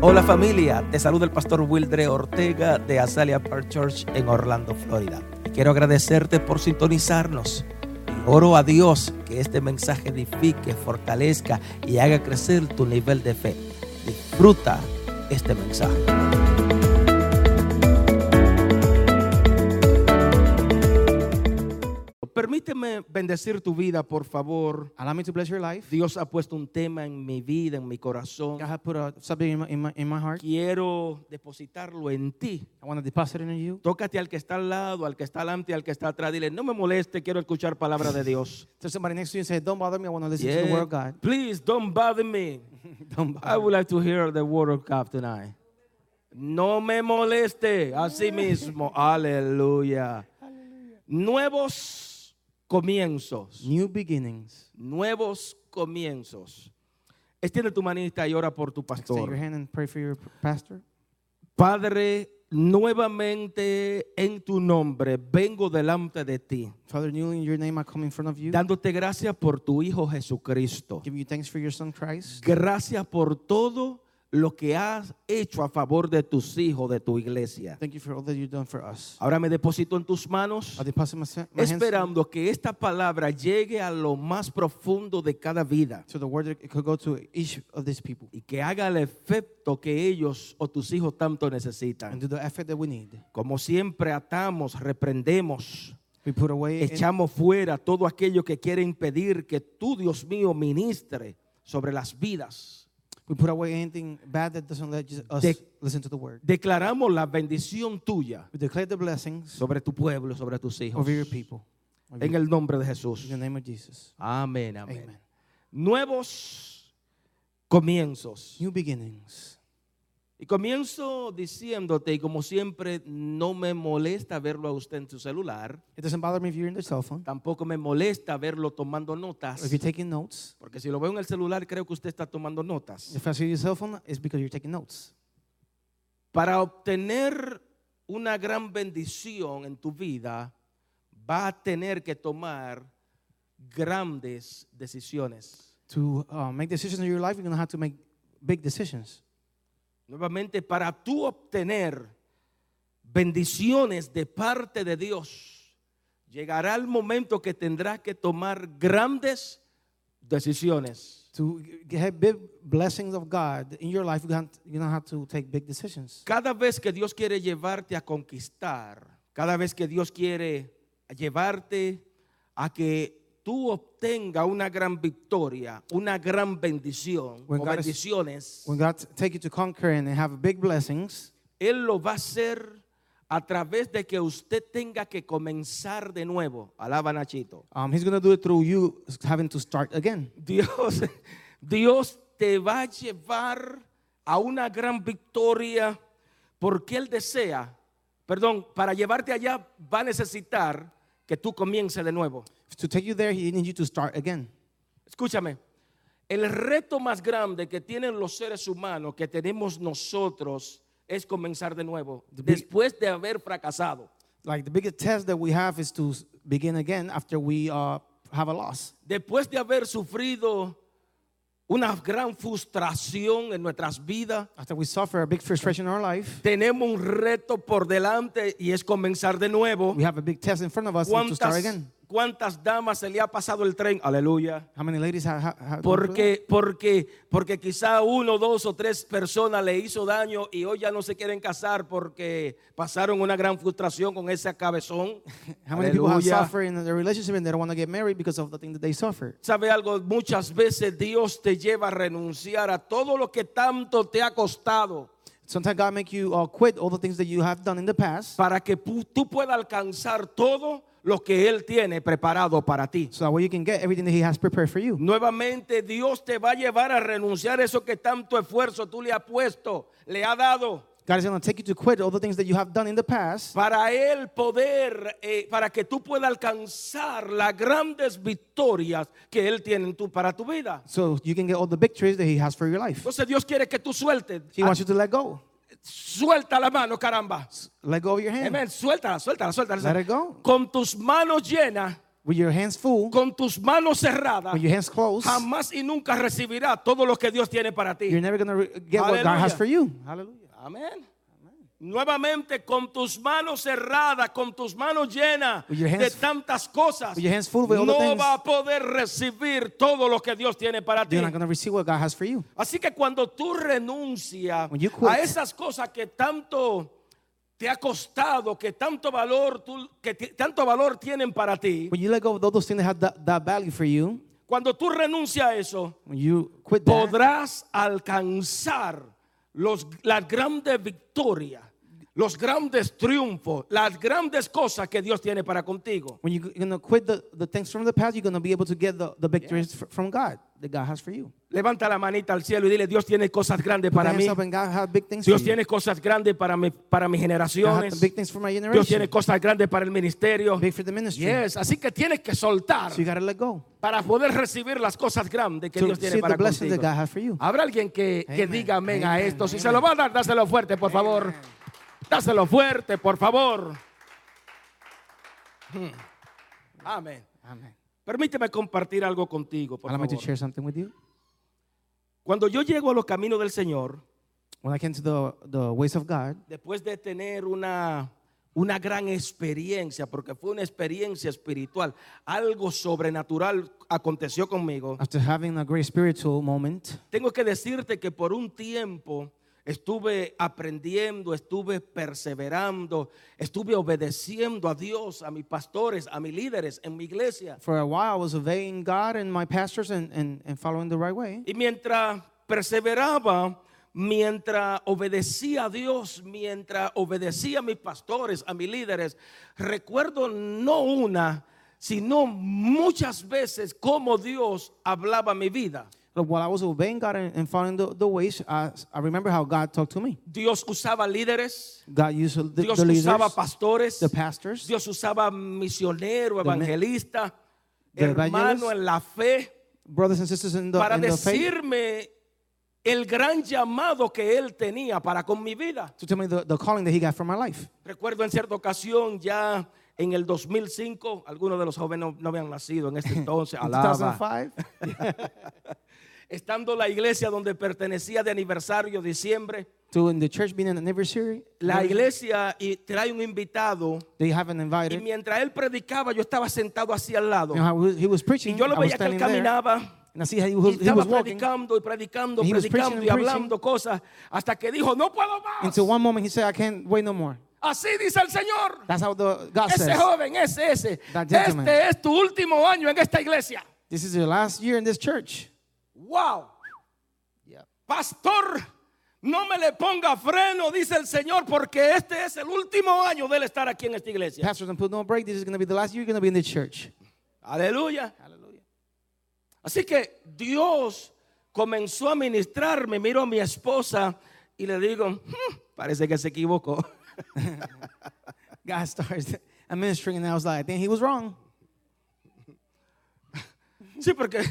Hola familia, te saluda el pastor Wildre Ortega de Azalea Park Church en Orlando, Florida. Y quiero agradecerte por sintonizarnos. Y oro a Dios que este mensaje edifique, fortalezca y haga crecer tu nivel de fe. Disfruta este mensaje. Permíteme bendecir tu vida, por favor. Allow me to bless your life. Dios ha puesto un tema en mi vida, en mi corazón. God have put a subject in my, in my, in my heart. Quiero depositarlo en ti. I want to deposit it in you. Tócate al que está al lado, al que está delante, al que está atrás. Dile, no me moleste, quiero escuchar palabra de Dios. To somebody next to you and say, Don't bother me. I want to listen to the word of God. Please don't bother me. Don't I bother me. would like to hear the word of God tonight. No me moleste, así mismo. Aleluya. Nuevos comienzos. New beginnings. Nuevos comienzos. Extiende tu manita y ora por tu Extend your pastor. hand and pray for your pastor. Padre, nuevamente en tu nombre vengo delante de ti, Father, newly in your name I come in front of you. dándote gracias por tu Hijo Jesucristo. Give you thanks for your son Christ. Gracias por todo lo que has hecho a favor de tus hijos, de tu iglesia. Thank you for all that you've done for us. Ahora me deposito en tus manos, I deposit my, se- my hands esperando que esta palabra llegue a lo más profundo de cada vida to the word that it could go to each of these people y que haga el efecto que ellos o tus hijos tanto and necesitan. do the effort that we need. Como siempre atamos, reprendemos, We put away any- echamos fuera todo aquello que quiere impedir que tú, Dios mío, ministre sobre las vidas. we put away anything bad that doesn't let us De- listen to the word. Declaramos la bendición tuya We declare the blessings sobre tu pueblo, sobre tus hijos. over your people. Over En el nombre de Jesús. In the name of Jesus. Amén, amén. Amen. Nuevos comienzos. New beginnings. Y comienzo diciéndote, y como siempre, no me molesta verlo a usted en su celular, It doesn't bother me if you're in the cell phone. tampoco me molesta verlo tomando If notas, you're taking notes, porque si lo veo en el celular creo que usted está tomando notas. if I see your cell phone, it's because you're taking notes. Para obtener una gran bendición en tu vida, va a tener que tomar grandes decisiones. To uh, make decisions in your life, you're going to have to make big decisions. Nuevamente, para tú obtener bendiciones de parte de Dios, llegará el momento que tendrás que tomar grandes decisiones. To get big blessings of God in your life, you're going to have to take big decisions. Cada vez que Dios quiere llevarte a conquistar, cada vez que Dios quiere llevarte a que tú obtenga una gran victoria, una gran bendición When o God is- bendiciones, When God take you to conquer and have big blessings, Él lo va a hacer a través de que usted tenga que comenzar de nuevo. Alaba Nachito. um, He's going to do it through you having to start again. Dios, Dios te va a llevar a una gran victoria porque Él desea, perdón, para llevarte allá va a necesitar que tú comiences de nuevo. To take you there, He needs you to start again. Escúchame, el reto más grande que tienen los seres humanos, que tenemos nosotros, es comenzar de nuevo después de haber fracasado. Like the biggest test that we have is to s- begin again after we uh, have a loss. después de haber sufrido una gran frustración en nuestras vidas, After we suffer a big frustration in our life, tenemos un reto por delante y es comenzar de nuevo. we have a big test in front of us to start ¿Cuántas, again. cuántas damas se le ha pasado el tren? Aleluya. How many ladies have, have, have gone through that? Porque, porque, porque quizá uno, dos o tres personas le hizo daño y hoy ya no se quieren casar porque pasaron una gran frustración con ese cabezón. How many people have Aleluya. suffered in their relationship and they don't want to get married because of the thing that they suffered? ¿Sabe algo? Muchas veces Dios te lleva a renunciar a todo lo que tanto te ha costado Sometimes God make you uh, quit all the things that you have done in the past para que pu- tú puedas alcanzar todo lo que Él tiene preparado para ti. so that way you can get everything that He has prepared for you. Nuevamente Dios te va a llevar a renunciar a eso que tanto esfuerzo tú le has puesto, le ha dado, God is going to take you to quit all the things that you have done in the past para Él poder, eh, para que tú puedas alcanzar las grandes victorias que Él tiene en tu- para tu vida. so you can get all the victories that He has for your life. Entonces Dios quiere que tú sueltes. He wants you to let go. Suelta la mano, caramba. Let go of your hand. Amén. Suéltala, suéltala, suéltala. Let it go. Con tus manos llenas, with your hands full, con tus manos cerradas, with your hands closed, jamás y nunca recibirá todo lo que Dios tiene para you're ti. never going to re- get what God has Hallelujah. for you. Hallelujah. Amén. Nuevamente con tus manos cerradas, con tus manos llenas With your hands- de tantas cosas, with your hands full with all the no things. va a poder recibir todo lo que Dios tiene para ti. You're not going to receive what God has for you. Así que cuando tú renuncias When you quit. a esas cosas que tanto te ha costado, que tanto valor tú- que ti- tanto valor tienen para ti, When you let go of all those things that have that, that value for you, cuando tú renuncias a eso, when you quit that, podrás alcanzar los, las grandes victorias, los grandes triunfos, las grandes cosas que Dios tiene para contigo. when you're going to quit the, the things from the past, you're going to be able to get the, the victories fr- from God that God has for you. Levanta la manita al cielo y dile, Dios tiene cosas grandes Put your para hands mí. up and God has big things Dios for you. tiene cosas grandes para, mi, para mis God has generaciones. big things for my Dios tiene generation. cosas grandes para el ministerio. Big for the ministry. Yes, así que tienes que soltar So you got to let go para poder recibir las cosas grandes que to Dios tiene receive para the blessings that God contigo. has for you. Habrá alguien que, que Amen, diga amén a amen, esto. Si se amen. lo va a dar, dáselo fuerte, por favor. Dáselo fuerte, por favor. Hmm. Amén. Amen. Permíteme compartir algo contigo, por Allow me to favor. share something with you. Cuando yo llego a los caminos del Señor, When I came to the, the ways of God, después de tener una, una gran experiencia, porque fue una experiencia espiritual, algo sobrenatural aconteció conmigo. after having a great spiritual moment, Tengo que decirte que por un tiempo estuve aprendiendo, estuve perseverando, estuve obedeciendo a Dios, a mis pastores, a mis líderes en mi iglesia. for a while I was obeying God and my pastors and, and, and following the right way. Y mientras perseveraba, mientras obedecía a Dios, mientras obedecía a mis pastores, a mis líderes, recuerdo no una, sino muchas veces cómo Dios hablaba mi vida. But while I was obeying God and, and following the, the ways, I, I remember how God talked to me. Dios usaba líderes, God used the, Dios the leaders, usaba pastores, the pastors, Dios usaba misionero, The men- evangelista, the hermano evangelists en la fe, brothers and sisters in the, para in the faith, decirme el gran llamado que él tenía para con mi vida. to tell me the, the calling that He got for my life. Recuerdo en cierta ocasión ya en el 2005, algunos de los jóvenes no, no habían nacido en este entonces, In alaba. 2005, Estando la iglesia donde pertenecía de aniversario diciembre, to in the church being an anniversary, la iglesia y trae un invitado they haven't y invited. mientras él predicaba yo estaba sentado así al lado You know, I was- he was preaching, y yo lo I was veía que él standing there, caminaba and I see how he Y was, Pues, he estaba was walking. predicando y predicando, And he was predicando preaching y and preaching. hablando cosas hasta que dijo, no puedo más. Until one moment he said, I can't wait no more. Así dice el Señor. That's how the God Ese says. joven, ese, ese. That gentleman. Este es tu último año en esta iglesia. This is your last year in this church. Wow. Pastor, no me le ponga freno, dice el Señor, porque este es el último año de él estar aquí en esta iglesia. Pastors, don't put no break. This is going to be the last year you're going to be in the church. Aleluya. Así que Dios comenzó a ministrarme. Miro a mi esposa y le digo, "Hmm, parece que se equivocó. God starts administering, and I was like, I think he was wrong. Sí, porque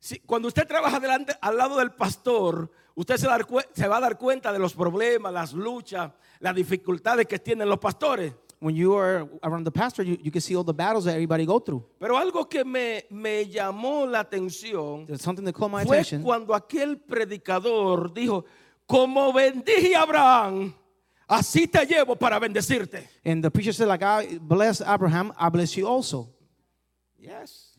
si- cuando usted trabaja delante, al lado del pastor, usted se, dar cue- se va a dar cuenta de los problemas, las luchas, las dificultades que tienen los pastores. When you are around the pastor, you, you can see all the battles that everybody go through. Pero algo que me, me llamó la atención There's something that caught my fue attention. cuando aquel predicador dijo, como bendije a Abraham, así te llevo para bendecirte. And the preacher said, like, I bless Abraham, I bless you also. Yes.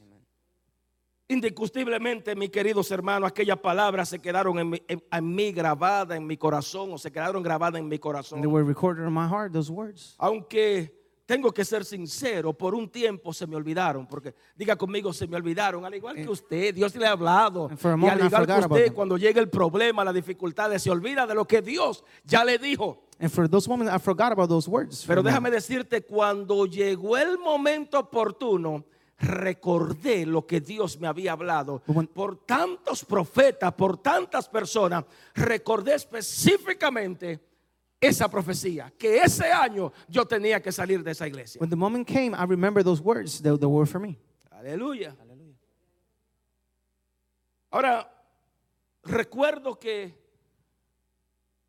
Indiscutiblemente, mis queridos hermanos, aquellas palabras se quedaron en mi, en- en mí grabadas en mi corazón o se quedaron grabadas en mi And they corazón. were recorded in my heart, those words. Aunque tengo que ser sincero, por un tiempo se me olvidaron, porque diga conmigo, se me olvidaron, al igual que usted, Dios le ha hablado. And for a Y moment al I igual forgot que about usted, them. cuando llega el problema, las dificultades, se olvida de lo que Dios ya le dijo. And for those women, I forgot about those words. for Pero a moment. déjame decirte, cuando llegó el momento oportuno, recordé lo que Dios me había hablado. When- Por tantos profetas, por tantas personas, recordé específicamente esa profecía, que ese año yo tenía que salir de esa iglesia. When the moment came, I remember those words that, that were for me. Aleluya. Ahora, recuerdo que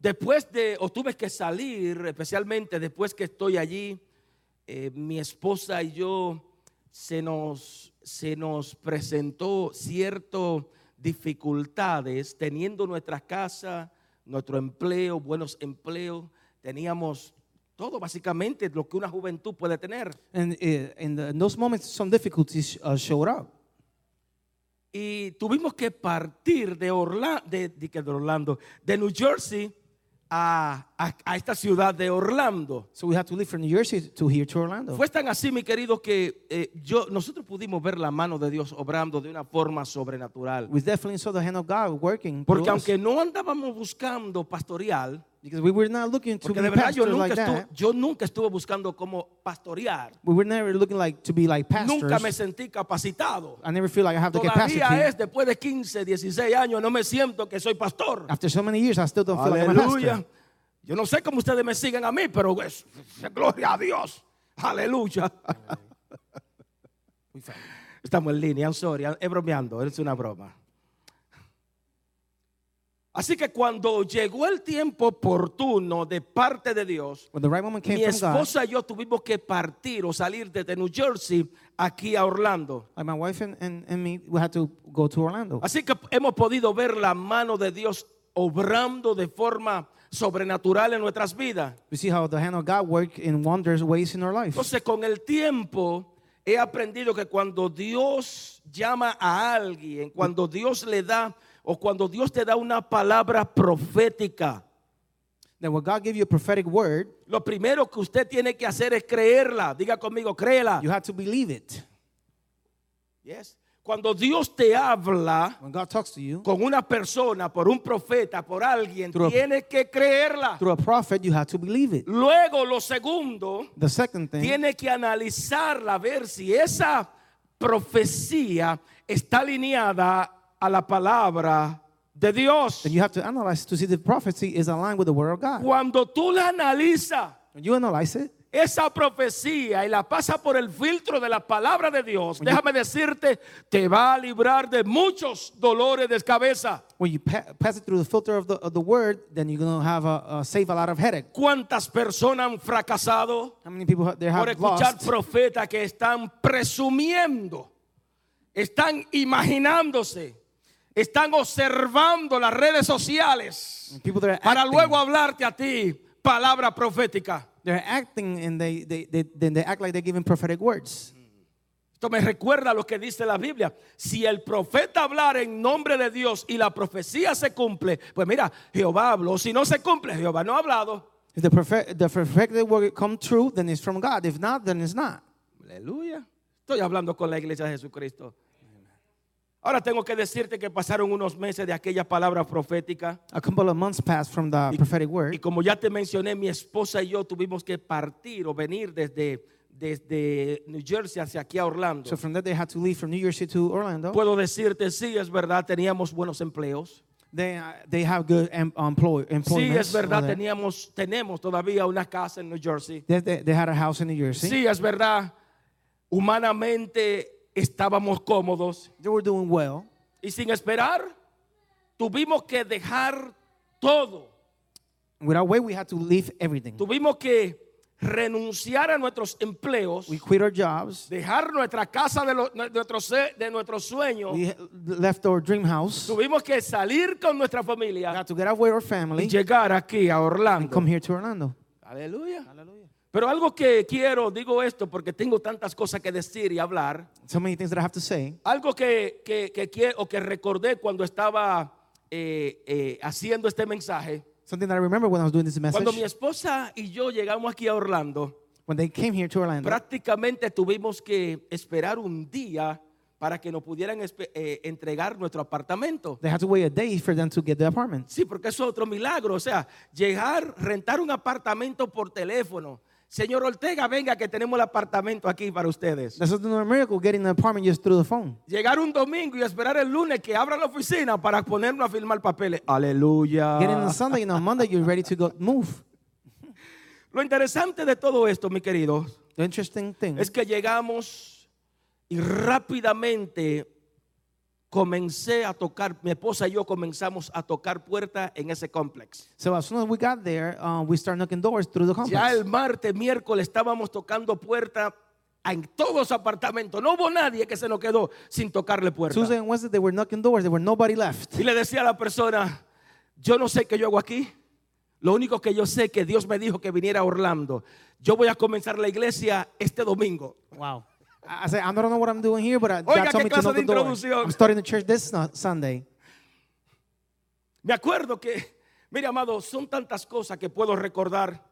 después de, o tuve que salir, especialmente después que estoy allí, eh, mi esposa y yo se nos, se nos presentó ciertas dificultades teniendo nuestra casa, nuestro empleo, buenos empleos, teníamos todo básicamente lo que una juventud puede tener. And uh, in, the, in those moments, some difficulties uh, showed up. Y tuvimos que partir de Orlando, de, de- que de Orlando, de New Jersey a, a- a esta ciudad de Orlando. So we had to leave from New Jersey to here to Orlando. Fue tan así, mi querido, que eh, yo, nosotros pudimos ver la mano de Dios obrando de una forma sobrenatural. We definitely saw the hand of God working. through Porque us. aunque no andábamos buscando pastoreal, because we were not looking to porque be de verdad yo pastors nunca, like estuve, that. yo nunca estuve buscando cómo pastorear, We were never looking like to be like pastors. nunca me sentí capacitado. I never feel like I have the capacity. Todavía es después de 15, 16 años, no me siento que soy pastor. After so many years, I still don't feel like I'm a Aleluya. pastor. Yo no sé cómo ustedes me siguen a mí, pero es- es- gloria a Dios. Aleluya. Estamos en línea, I'm sorry, es bromeando, es una broma. Así que cuando llegó el tiempo oportuno de parte de Dios, When the right moment came mi from God, esposa y yo tuvimos que partir o salir desde New Jersey aquí a Orlando. like my wife and, and, and me, we had to go to Orlando. Así que hemos podido ver la mano de Dios obrando de forma sobrenatural en nuestras vidas. We see how the hand of God work in wondrous ways in our life. Entonces, con el tiempo he aprendido que cuando Dios llama a alguien, cuando Dios le da o cuando Dios te da una palabra profética, Then when God give you a prophetic word, lo primero que usted tiene que hacer es creerla. Diga conmigo, créela. you have to believe it. Yes. Cuando Dios te habla When God talks to you con una persona, por un profeta, por alguien, Through a- tiene que creerla. through a prophet, you have to believe it. Luego, lo segundo, The second thing, tiene que analizarla, a ver si esa profecía está alineada a la palabra de Dios. then you have to analyze to see the prophecy is aligned with the word of God. Cuando tú la analizas, When you analyze it, esa profecía y la pasa por el filtro de la palabra de Dios, déjame decirte, te va a librar de muchos dolores de cabeza. when you pa- pass it through the filter of the, of the word, then you're gonna have a, a save a lot of headache. ¿Cuántas personas han fracasado How many people ha- they por have escuchar lost? profetas que están presumiendo, están imaginándose, están observando las redes sociales People that are para acting. luego hablarte a ti palabra profética? They're acting and they, they, they then they act like they're giving prophetic words. Esto me recuerda lo que dice la Biblia. Si el profeta hablar en nombre de Dios y la profecía se cumple, pues mira, Jehová habló. Si no se cumple, Jehová no ha hablado. If the prophet, the prophetic word come true, then it's from God. If not, then it's not. Aleluya. Estoy hablando con la iglesia de Jesucristo. Ahora tengo que decirte que pasaron unos meses de aquella palabra profética. A couple of months passed from the prophetic Y word. como ya te mencioné, mi esposa y yo tuvimos que partir o venir desde, desde New Jersey hacia aquí a Orlando. So from that, they had to leave from New Jersey to Orlando. Puedo decirte, sí, es verdad, teníamos buenos empleos. They, uh, they have good em- employ, Sí, employment. es verdad, teníamos, tenemos todavía una casa en New Jersey. They, they, they had a house in New Jersey. Sí, es verdad, humanamente estábamos cómodos. They were doing well. Y sin esperar, tuvimos que dejar todo. Without way, we had to leave everything. Tuvimos que renunciar a nuestros empleos. We quit our jobs. dejar nuestra casa de, lo- de nuestro, se- de nuestro sueño. We left our dream house. Tuvimos que salir con nuestra We familia had to get away our y family llegar aquí a and Orlando. come here to Orlando. Aleluya. Pero algo que quiero, digo esto porque tengo tantas cosas que decir y hablar. So many things that I have to say. Algo que, que, que quiero, o que recordé cuando estaba eh, eh, haciendo este mensaje. Something that I remember when I was doing this Cuando mi message. esposa y yo llegamos aquí a Orlando, When they came here to Orlando, prácticamente tuvimos que esperar un día para que nos pudieran espe- eh, entregar nuestro apartamento. they had to wait a day for them to get the apartment. Sí, porque eso es otro milagro. O sea, llegar, rentar un apartamento por teléfono. Señor Ortega, venga que tenemos el apartamento aquí para ustedes. That's another miracle getting an apartment just through the phone. Llegar un domingo y esperar el lunes que abra la oficina para ponernos a firmar papeles. Aleluya. Getting on Sunday and on Monday, you're ready to go move. Lo interesante de todo esto, mi querido, The interesting thing es que llegamos y rápidamente comencé a tocar, mi esposa y yo comenzamos a tocar puertas en ese complex. So as soon as we got there, uh, we start knocking doors through the complex. Ya el martes, miércoles estábamos tocando puerta en todos los apartamentos. No hubo nadie que se nos quedó sin tocarle puerta. Tuesday and Wednesday, they were knocking doors. There were nobody left. Y le decía a la persona, yo no sé qué yo hago aquí. Lo único que yo sé es que Dios me dijo que viniera a Orlando. Yo voy a comenzar la iglesia este domingo. Wow. I I said, I don't know what I'm doing here, but I, Oiga, God told qué me to clase knock de the door. introducción. I'm starting the church this no- Sunday. Me acuerdo que, mire amado, son tantas cosas que puedo recordar.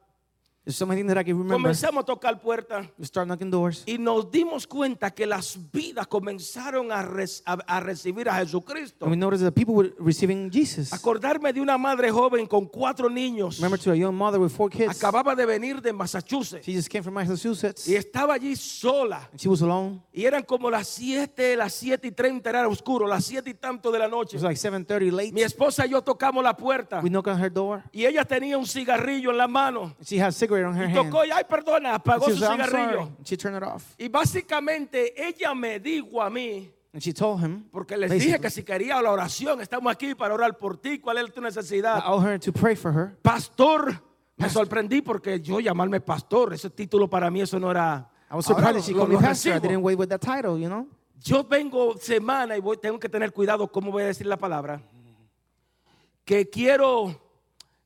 There's so many things that I can remember. Comenzamos a tocar puertas We start knocking doors. y nos dimos cuenta que las vidas comenzaron a, res- a- a recibir a Jesucristo. And we noticed that people were receiving Jesus. Acordarme de una madre joven con cuatro niños. Remember to a young mother with four kids. Acababa de venir de Massachusetts She just came from Massachusetts. y estaba allí sola. And she was alone. Y eran como las 7, las 7 y 30, era oscuro, las 7 y tanto de la It noche. was like 7.30 late. Mi esposa y yo tocamos la puerta We knocked on her door. y ella tenía un cigarrillo en la mano. She had a cigarette on her Y hand. tocó y, ay, perdona, apagó she su was like, I'm sorry. cigarrillo. She turned it off. Y básicamente ella me dijo a mí, And she told him, porque les Basically. dije que si quería la oración, estamos aquí para orar por ti, cuál es tu I necesidad. told her to pray for her. Pastor, me sorprendí porque yo llamarme pastor, ese título para mí eso no era... I was Ahora surprised that she lo- called me lo pastor. I recibo. didn't wait with that title, you know. Yo vengo semana y voy, tengo que tener cuidado cómo voy a decir la palabra. Que quiero,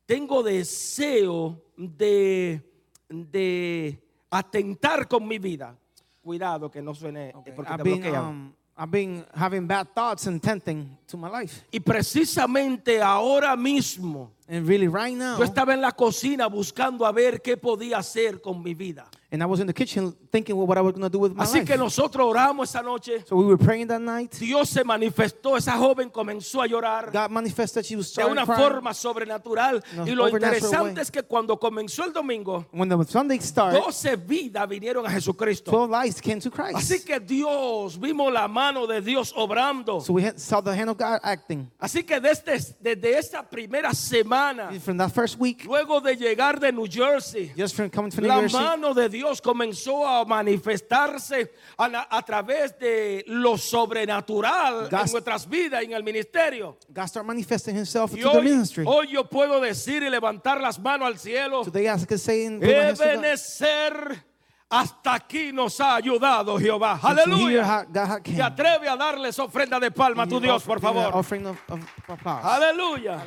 tengo deseo de, de atentar con mi vida. Cuidado que no suene eh, porque te I've been, bloquean. um, I've been having bad thoughts and tempting to my life. y precisamente ahora mismo, And really, right now, yo estaba en la cocina buscando a ver qué podía hacer con mi vida. and I was in the kitchen thinking well, what I was going to do with my Así life. que nosotros oramos esa noche. so we were praying that night. Dios se manifestó, esa joven comenzó a llorar. God manifested she was de starting una crying. forma sobrenatural. No, y lo overnatural interesante way. es que cuando comenzó el domingo, When the Sunday started, 12 vidas vinieron a Jesucristo. 12 lives came to Christ. Así que Dios, vimos la mano de Dios obrando. so we had, saw the hand of God acting. Así que desde, desde esa primera semana, From that first week, luego de llegar de New Jersey, just from coming from New la Jersey, mano de Dios comenzó a manifestarse a, la- a través de lo sobrenatural en Gas- nuestras vidas y en el ministerio. God started manifesting Himself Y to the hoy, ministry. hoy yo puedo decir y levantar las manos al cielo. Today, I can say in put my hands to God. Ebenezer, hasta aquí nos ha ayudado Jehová. So to hear Aleluya. how God Te came. atreve a darles ofrenda de palma a tu Dios, por favor. Offering of, of applause. Aleluya.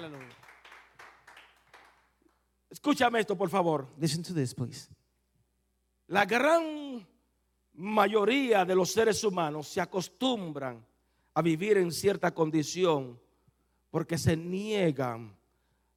Escúchame esto, por favor. Listen to this, please. La gran mayoría de los seres humanos se acostumbran a vivir en cierta condición porque se niegan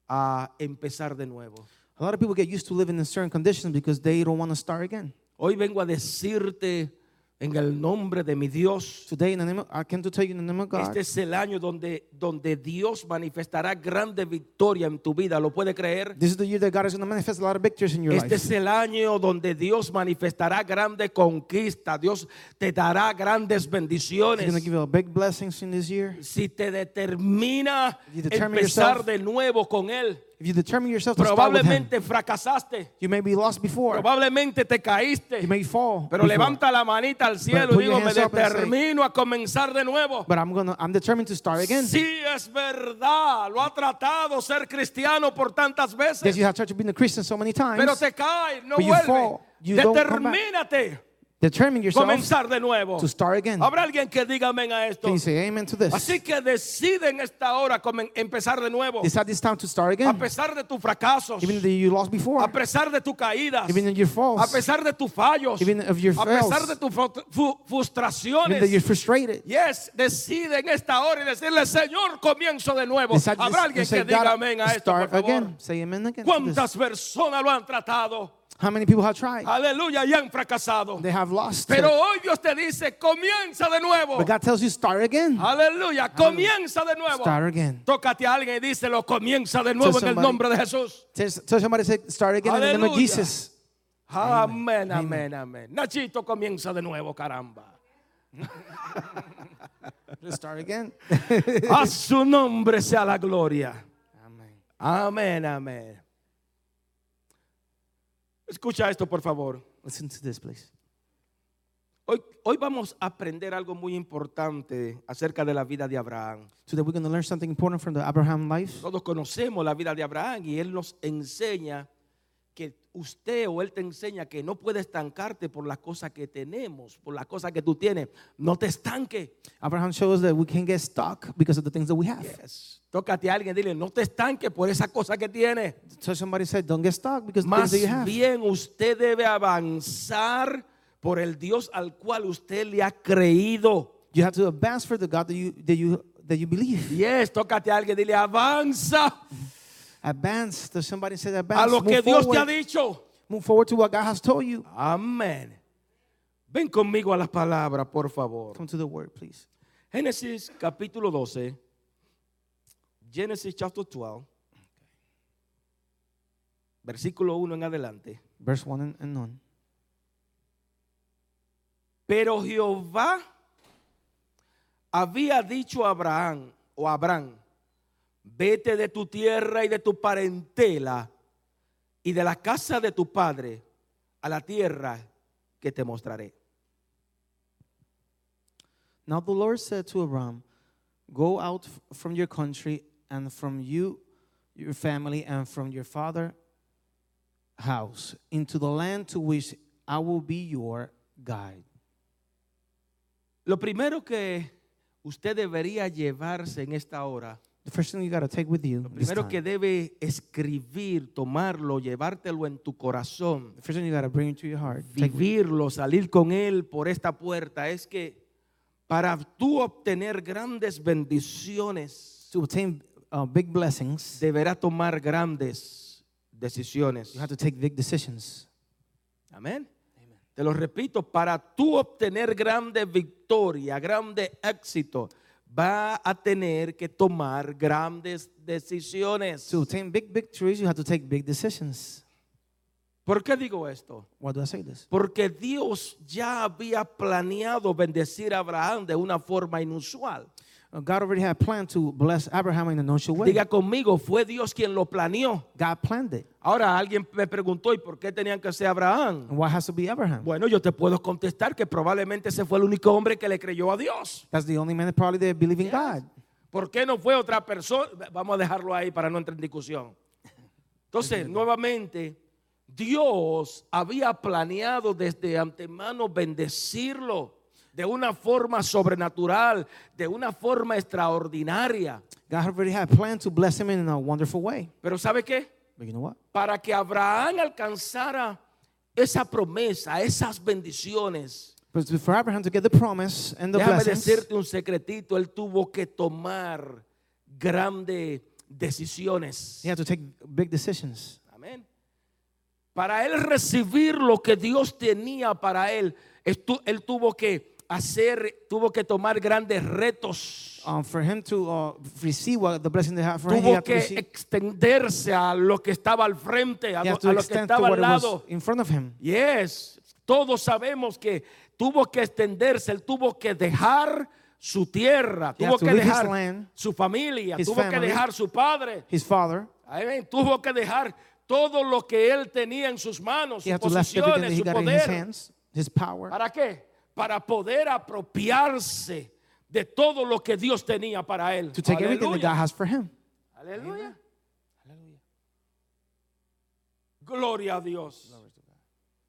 a empezar de nuevo. A lot of people get used to living in certain conditions because they don't want to start again. Hoy vengo a decirte en el nombre de mi Dios. Today, in the name of, I came to tell you in the name of God, Este es el año donde, donde Dios manifestará grande victoria en tu vida. ¿Lo puede creer? this is the year that God is going to manifest a lot of victories in your Este life. es el año donde Dios manifestará grande conquista. Dios te dará grandes He's going to bendiciones. give you a big blessings in this year. Si te determina You determine empezar yourself. de nuevo con Él, If you determine yourself to start with Him, probablemente fracasaste, you may be lost before. probablemente te You caíste, may fall. pero before. levanta la manita al cielo y put digo, your me hands up and say, determino a comenzar de nuevo. But I'm going to. I'm determined to start again. Sí, es verdad. Lo ha tratado ser cristiano por tantas Yes, veces. you have tried to be a Christian so many times. Pero te cae, no But you vuelve. fall. You don't come back. Determínate Determine yourself comenzar de nuevo. to start again. Habrá alguien que diga amén a esto. Can you say amen to this? Así que decide en esta hora comen- empezar de nuevo. Decide this time to start A again. pesar de tus fracasos, Even though you lost a before, pesar de tus caídas, even though you're a false, pesar de tus fallos, Even of your a pesar fails. de tus frut- fu- even though you're frustraciones. frustrated. Yes, decide en esta hora y decirle, Señor, comienzo de nuevo. Decide this- Habrá alguien and say, que diga "God, amén a esto, por start favor. again. Say amen again. to this. ¿Cuántas personas lo han tratado? How many people have tried? Aleluya, y han fracasado. They have lost. Pero it. hoy Dios te dice, comienza de nuevo. But God tells you start again. Ah, Aleluya, comienza de nuevo. Start again. Tócate a alguien y díselo, comienza de nuevo en el somebody. nombre de Jesús. Tell, tell somebody say start again in the name of Aleluya. Jesus. Amén, amén, amén. Nachito, comienza de nuevo, caramba. Start again. A su nombre sea la gloria. Amen. Amén, amén. Escucha esto, por favor. Listen to this, please. Hoy, hoy vamos a aprender algo muy importante acerca de la vida de Abraham. Today we're going to learn something important from the Abraham life. Todos conocemos la vida de Abraham y él nos enseña que usted o él te enseña que no puedes estancarte por las cosas que tenemos, por las cosas que tú tienes. No te estanque. Abraham shows that we can get stuck because of the things that we have. Yes. Tócate a alguien, dile, no te estanque por esa cosa que tienes. So somebody said, don't get stuck because of the things Más that you have. bien usted debe avanzar por el Dios al cual usted le ha creído. You have to advance for the God that you that you that you believe. Yes, tócate a alguien, dile, avanza Advance. Does somebody say advance? a lo que Move Dios te ha forward. dicho. Move forward to what God has told you. Amén. Ven conmigo a las palabras, por favor. Come to the word, please. Génesis capítulo 12. Génesis chapter 12. Versículo 1 en adelante. Verse one and, and on. Pero Jehová había dicho a Abraham o a Abraham, vete de tu tierra y de tu parentela y de la casa de tu padre a la tierra que te mostraré. Now the Lord said to Abram, Go out f- from your country and from you, your family, and from your father house into the land to which I will be your guide. Lo primero que usted debería llevarse en esta hora, The first thing you got to take with you. lo this primero time, que debe escribir, tomarlo, llevártelo en tu corazón, the first thing you got to bring to your heart. Take with- vivirlo, salir con Él por esta puerta, es que para tú obtener grandes bendiciones, to obtain uh, big blessings, deberás tomar grandes decisiones. you have to take big decisions. Amén. Te lo repito, para tú obtener grande victoria, grande éxito, va a tener que tomar grandes decisiones. To obtain big victories, you have to take big decisions. ¿Por qué digo esto? Why do I say this? Porque Dios ya había planeado bendecir a Abraham de una forma inusual. Uh, God already had planned to bless Abraham in a unusual way. Diga conmigo, fue Dios quien lo planeó. God planned it. Ahora alguien me preguntó, ¿y por qué tenían que ser Abraham? And why has to be Abraham? Bueno, yo te puedo contestar que probablemente ese fue el único hombre que le creyó a Dios. That's the only man that probably they believe in God. ¿Por qué no fue otra persona? Vamos a dejarlo ahí para no entrar en discusión. Entonces, nuevamente, Dios había planeado desde antemano bendecirlo de una forma sobrenatural, de una forma extraordinaria. God already had planned to bless him in a wonderful way. Pero ¿sabe qué? But you know what? Para que Abraham alcanzara esa promesa, esas bendiciones. But for Abraham to get the promise and the Déjame blessings, decirte un secretito, él tuvo que tomar grandes decisiones. he had to take big decisions. Amén. Para él recibir lo que Dios tenía para él, estu- él tuvo que hacer, tuvo que tomar grandes retos. Um, for him to uh, receive what the blessing they have for him, he Tuvo had to que receive. extenderse a lo que estaba al frente, a, He lo, had to a lo que extend to estaba what al it was lado. in front of him. Yes, todos sabemos que tuvo que extenderse, él tuvo que dejar su tierra, He tuvo had to que leave his dejar land, su familia, his tuvo que family. dejar su padre. His father, Amén. Tuvo que dejar todo lo que él tenía en sus manos, he sus had to left everything that he posiciones, su got in his poder. hands, his power, ¿Para qué? Para poder apropiarse de todo lo que Dios tenía para él. to take everything that Aleluya. God has for him. Aleluya. Gloria a Dios.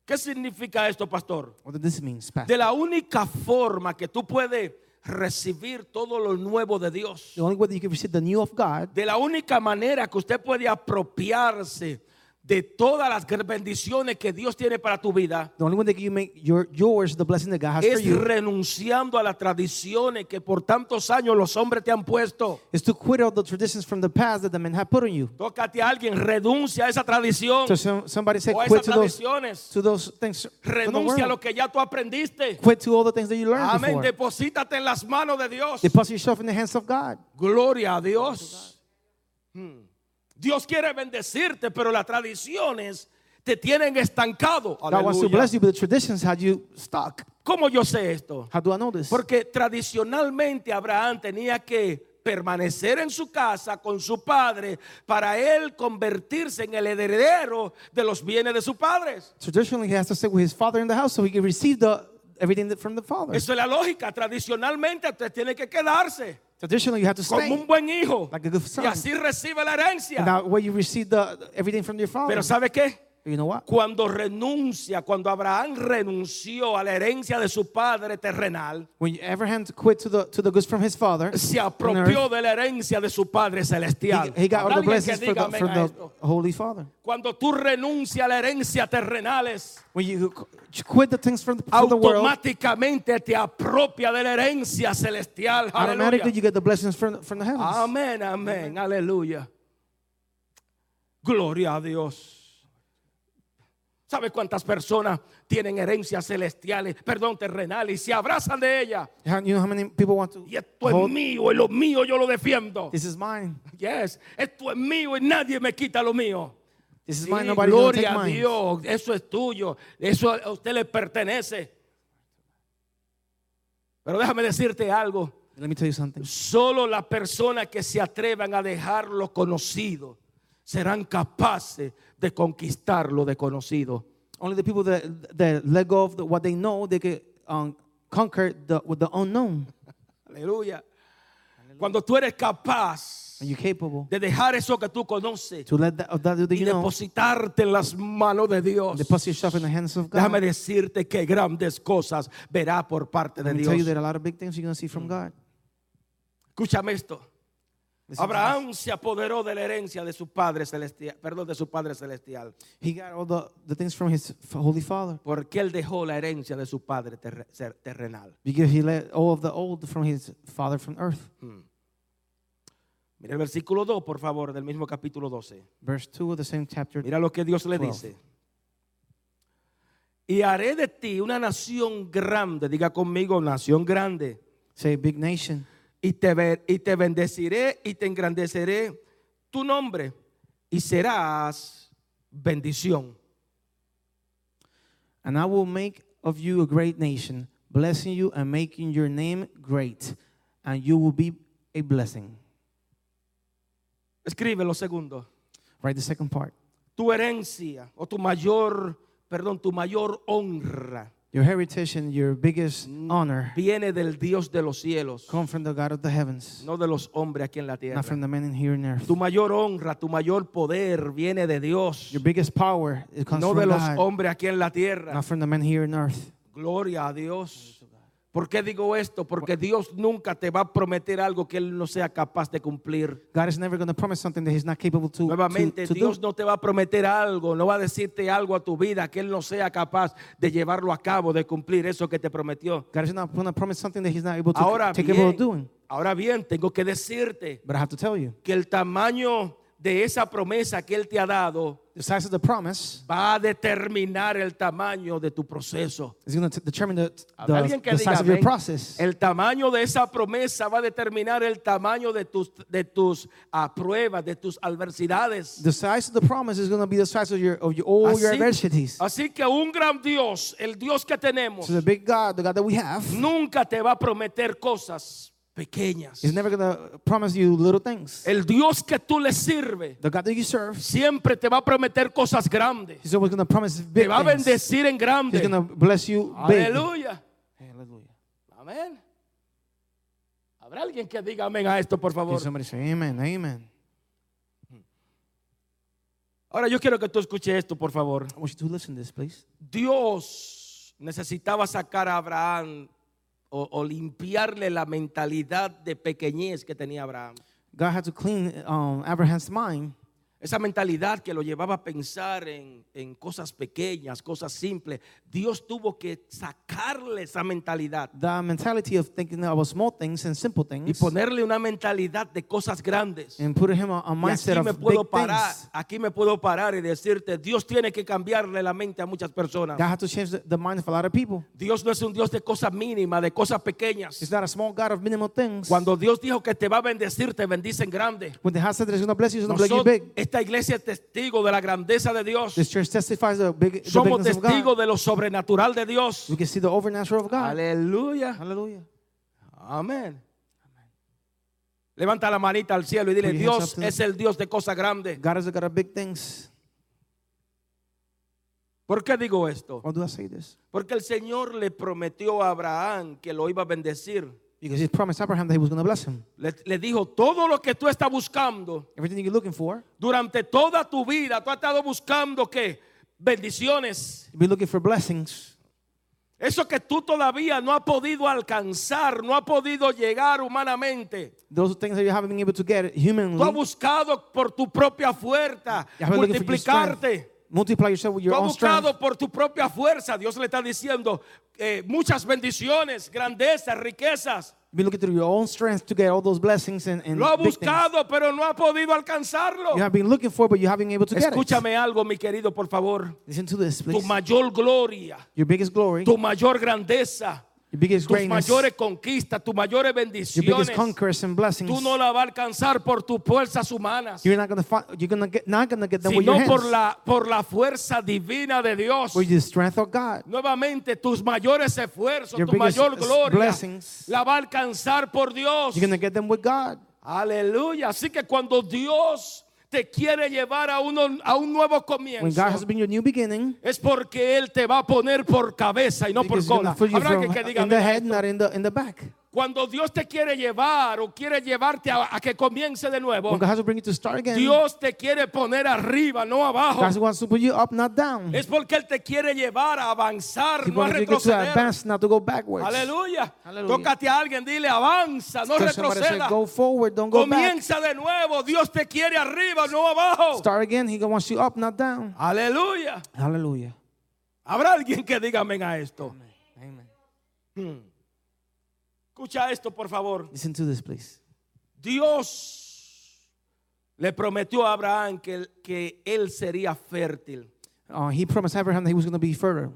¿Qué significa esto, pastor? What does this mean, Pastor? De la única forma que tú puedes recibir todo lo nuevo de Dios. The only way that you can receive the new of God De la única manera que usted puede apropiarse de todas las gr- bendiciones que Dios tiene para tu vida The only one that you make your, yours the blessing that God has for es you renunciando a las tradiciones que por tantos años los hombres te han puesto. is to quit all the traditions from the past that the men have put on you. Tócate a alguien, renuncia a esa tradición So some, somebody said, o a quit esas to those, tradiciones. to those things. from the Renuncia a world. lo que ya tú aprendiste. Quit to all the things that you learned Amén. before. Deposítate en las manos de Dios. Deposit yourself in the hands of God. Gloria a Dios. Hmm. Dios quiere bendecirte, pero las tradiciones te tienen estancado. God wants to Aleluya. bless you, but the traditions had you stuck. ¿Cómo yo sé esto? How do I know this? Porque tradicionalmente Abraham tenía que permanecer en su casa con su padre para él convertirse en el heredero de los bienes de sus padres. Traditionally, he has to stay with his father in the house so he can receive the everything that, from the father. Eso es la lógica. Tradicionalmente usted tiene que quedarse Traditionally, you have to stay. como un buen hijo Like a good son. y así recibe la And herencia. that way you receive the everything from your father. Pero ¿sabe qué? You know what? Cuando renuncia, cuando Abraham renunció a la herencia de su padre terrenal, When Abraham quit to the to the goods from his father, se on earth, apropió de la herencia de su padre celestial. he, he got all Habrá the alguien que blessings from diga the, amén from a the esto. Holy Father. Cuando tú renuncias a la herencia terrenales, When you qu- quit the things from the, from the world, automáticamente te apropia de la herencia celestial. automatically Aleluya. you get the blessings from, from the heavens. Amén, amén, aleluya. Gloria a Dios. ¿Sabe cuántas personas tienen herencias celestiales, perdón, terrenales y se abrazan de ella? How- You know how many people want to? Y esto es hold- mío y lo mío yo lo defiendo. This is mine. Yes, esto es mío y nadie me quita lo mío. This is Sí, mine. Nobody's gonna take gloria a mine. Dios, eso es tuyo, eso a usted le pertenece. Pero déjame decirte algo, Let me tell you something. solo las personas que se atrevan a dejar lo conocido serán capaces de conquistar lo desconocido. Only the people that that let go of the, what they know, they can um, conquer the with the unknown. Aleluya. Cuando tú eres capaz And you're capable de dejar eso que tú conoces to let that, of that that y you know, depositarte en las manos de Dios. deposit yourself in the hands of God. Déjame decirte que grandes cosas verá por parte de Let me tell you Dios. Mm. that a lot of big things you're gonna see from God. Escúchame esto. Listen to Abraham se apoderó de la herencia de su padre celestial, perdón, de su padre celestial, this. He got all the, the things from his f- holy father porque él dejó la herencia de su padre terre- ser- terrenal. because he let all of the old from his father from earth. Mira el versículo 2, por favor, del mismo capítulo 12. Verse two of the same chapter. Mira lo que Dios le 12. dice. Y haré de ti una nación grande, diga conmigo, nación grande. Say big nation. y te, be- y te bendeciré y te engrandeceré tu nombre y serás bendición. And I will make of you a great nation, blessing you and making your name great, and you will be a blessing. Escribe lo segundo. Right, the second part. Tu herencia o tu mayor, perdón, tu mayor honra Your heritage and your biggest Mm. honor viene del Dios de los cielos, come from the God of the heavens, no de los hombres aquí en la not from tierra. the men in here on earth. Tu mayor honra, tu mayor poder viene de Dios, Your biggest power it comes no de from los God, hombres aquí en la tierra. not from the men here on earth. Gloria a Dios. ¿Por qué digo esto? Porque Dios nunca te va a prometer algo que Él no sea capaz de cumplir. God is never going to promise something that He's not capable to, to, Nuevamente, to do. Dios no te va a prometer algo, no va a decirte algo a tu vida que Él no sea capaz de llevarlo a cabo, de cumplir eso que te prometió. God is not going to promise something that He's not able to Ahora take capable bien, of doing. ahora bien, tengo que decirte But I have to tell you, que el tamaño de esa promesa que Él te ha dado the size of the promise va a determinar el tamaño de tu proceso. is going to determine the, Habrá the, alguien que the diga size of your amén. process. El tamaño de esa promesa va a determinar el tamaño de tus, de tus ah, pruebas, de tus adversidades. The size of the promise is going to be the size of your of your all your adversities. así que un gran Dios, el Dios que tenemos, So the big God, the God that we have, nunca te va a prometer cosas pequeñas. is never going to promise you little things. El Dios que tú le sirves The God that you serve siempre te va a prometer cosas grandes. He's always going to promise Te big va a things. bendecir en He's going grande. to bless you big. Aleluya. Hallelujah. Amén. Habrá alguien que diga amén a esto, por Can favor. somebody say amen, amen? Ahora yo quiero que tú escuches esto, por favor. I want you to listen to this, please. Dios necesitaba sacar a Abraham o, o limpiarle la mentalidad de pequeñez que tenía Abraham. God had to clean um, Abraham's mind. Esa mentalidad que lo llevaba a pensar en, en cosas pequeñas, cosas simples. Dios tuvo que sacarle esa mentalidad The mentality of thinking about small things and simple y things. ponerle una mentalidad de cosas grandes. And put him on a Y mindset aquí me of puedo big parar, things. aquí me puedo parar y decirte, Dios tiene que cambiarle la mente a muchas personas. God had to change the, the mind of a lot of people. Dios no es un Dios de cosas mínimas, de cosas pequeñas. He's not a small God of minimal things. Cuando Dios dijo que te va a bendecir, te bendice en grande. when the house said that he's going to bless you, he's going to bless you Nosotros- big. esta iglesia es testigo de la grandeza de Dios. This church testifies the big the Somos bigness of testigos God. de lo sobrenatural de Dios. We can see the overnatural of God. Aleluya. Hallelujah. Amén. Levanta la manita al cielo y dile, Put your hands Dios up to the- es el Dios de cosas grandes. God is the God of big things. ¿Por qué digo esto? Why do I say this? Porque el Señor le prometió a Abraham que lo iba a bendecir. Because he promised Abraham that he was going to bless him. Le, le dijo, todo lo que tú estás buscando Everything you're looking for, durante toda tu vida, tú has estado buscando que bendiciones, Be looking for blessings. eso que tú todavía no has podido alcanzar, no has podido llegar humanamente. Those things that you haven't been able to get humanly. Tú has buscado por tu propia fuerza You have been looking for your strength. multiplicarte. Multiply yourself with Tú your has own strength. buscado por tu propia fuerza. Dios le está diciendo eh, muchas bendiciones, grandezas, riquezas. Be looking through your own strength to get all those blessings and, and Lo ha big things. buscado, pero no ha podido alcanzarlo. you have been looking for, but you haven't been able to get it. Escúchame algo, mi querido, por favor. Listen to this, Tu please. mayor gloria, Your biggest glory, tu mayor grandeza, your biggest tus greatness, your mayores conquistas, tus mayores biggest bendiciones, conquests and blessings. tú no la vas a alcanzar por tus fuerzas humanas, You're not gonna find. You're gonna get. Not gonna get them with your sino hands. por la, por la fuerza divina de Dios. with the strength of God. Nuevamente, tus mayores esfuerzos, Your tu mayor biggest gloria, blessings. la va a alcanzar por Dios. You're gonna get them with God. Aleluya. Así que cuando Dios te quiere llevar a, uno, a un nuevo When comienzo, God has been your new beginning, es porque Él te va a poner por cabeza y no por because He's gonna cola. put you Habrá from alguien que diga, in the "Mira, head, not in the in the back. cuando Dios te quiere llevar o quiere llevarte a, a que comience de nuevo, When God has to bring you to start again, Dios te quiere poner arriba, no abajo. God wants to put you up, not down. Es porque Él te quiere llevar a avanzar, He no a wants you to retroceder. advance, not to go backwards. Aleluya. Aleluya. Tócate a alguien, dile avanza, no Tell somebody, say, retroceda. go forward, don't go back. Comienza de nuevo. Dios te quiere arriba, no abajo. Start again. He wants you up, not down. Aleluya. Hallelujah. Habrá alguien que diga amén a esto. Amen. Hmm. Escucha esto, por favor. Listen to this, please. Dios le prometió a Abraham que, él- que él sería fértil. Uh, he promised Abraham that he was going to be further.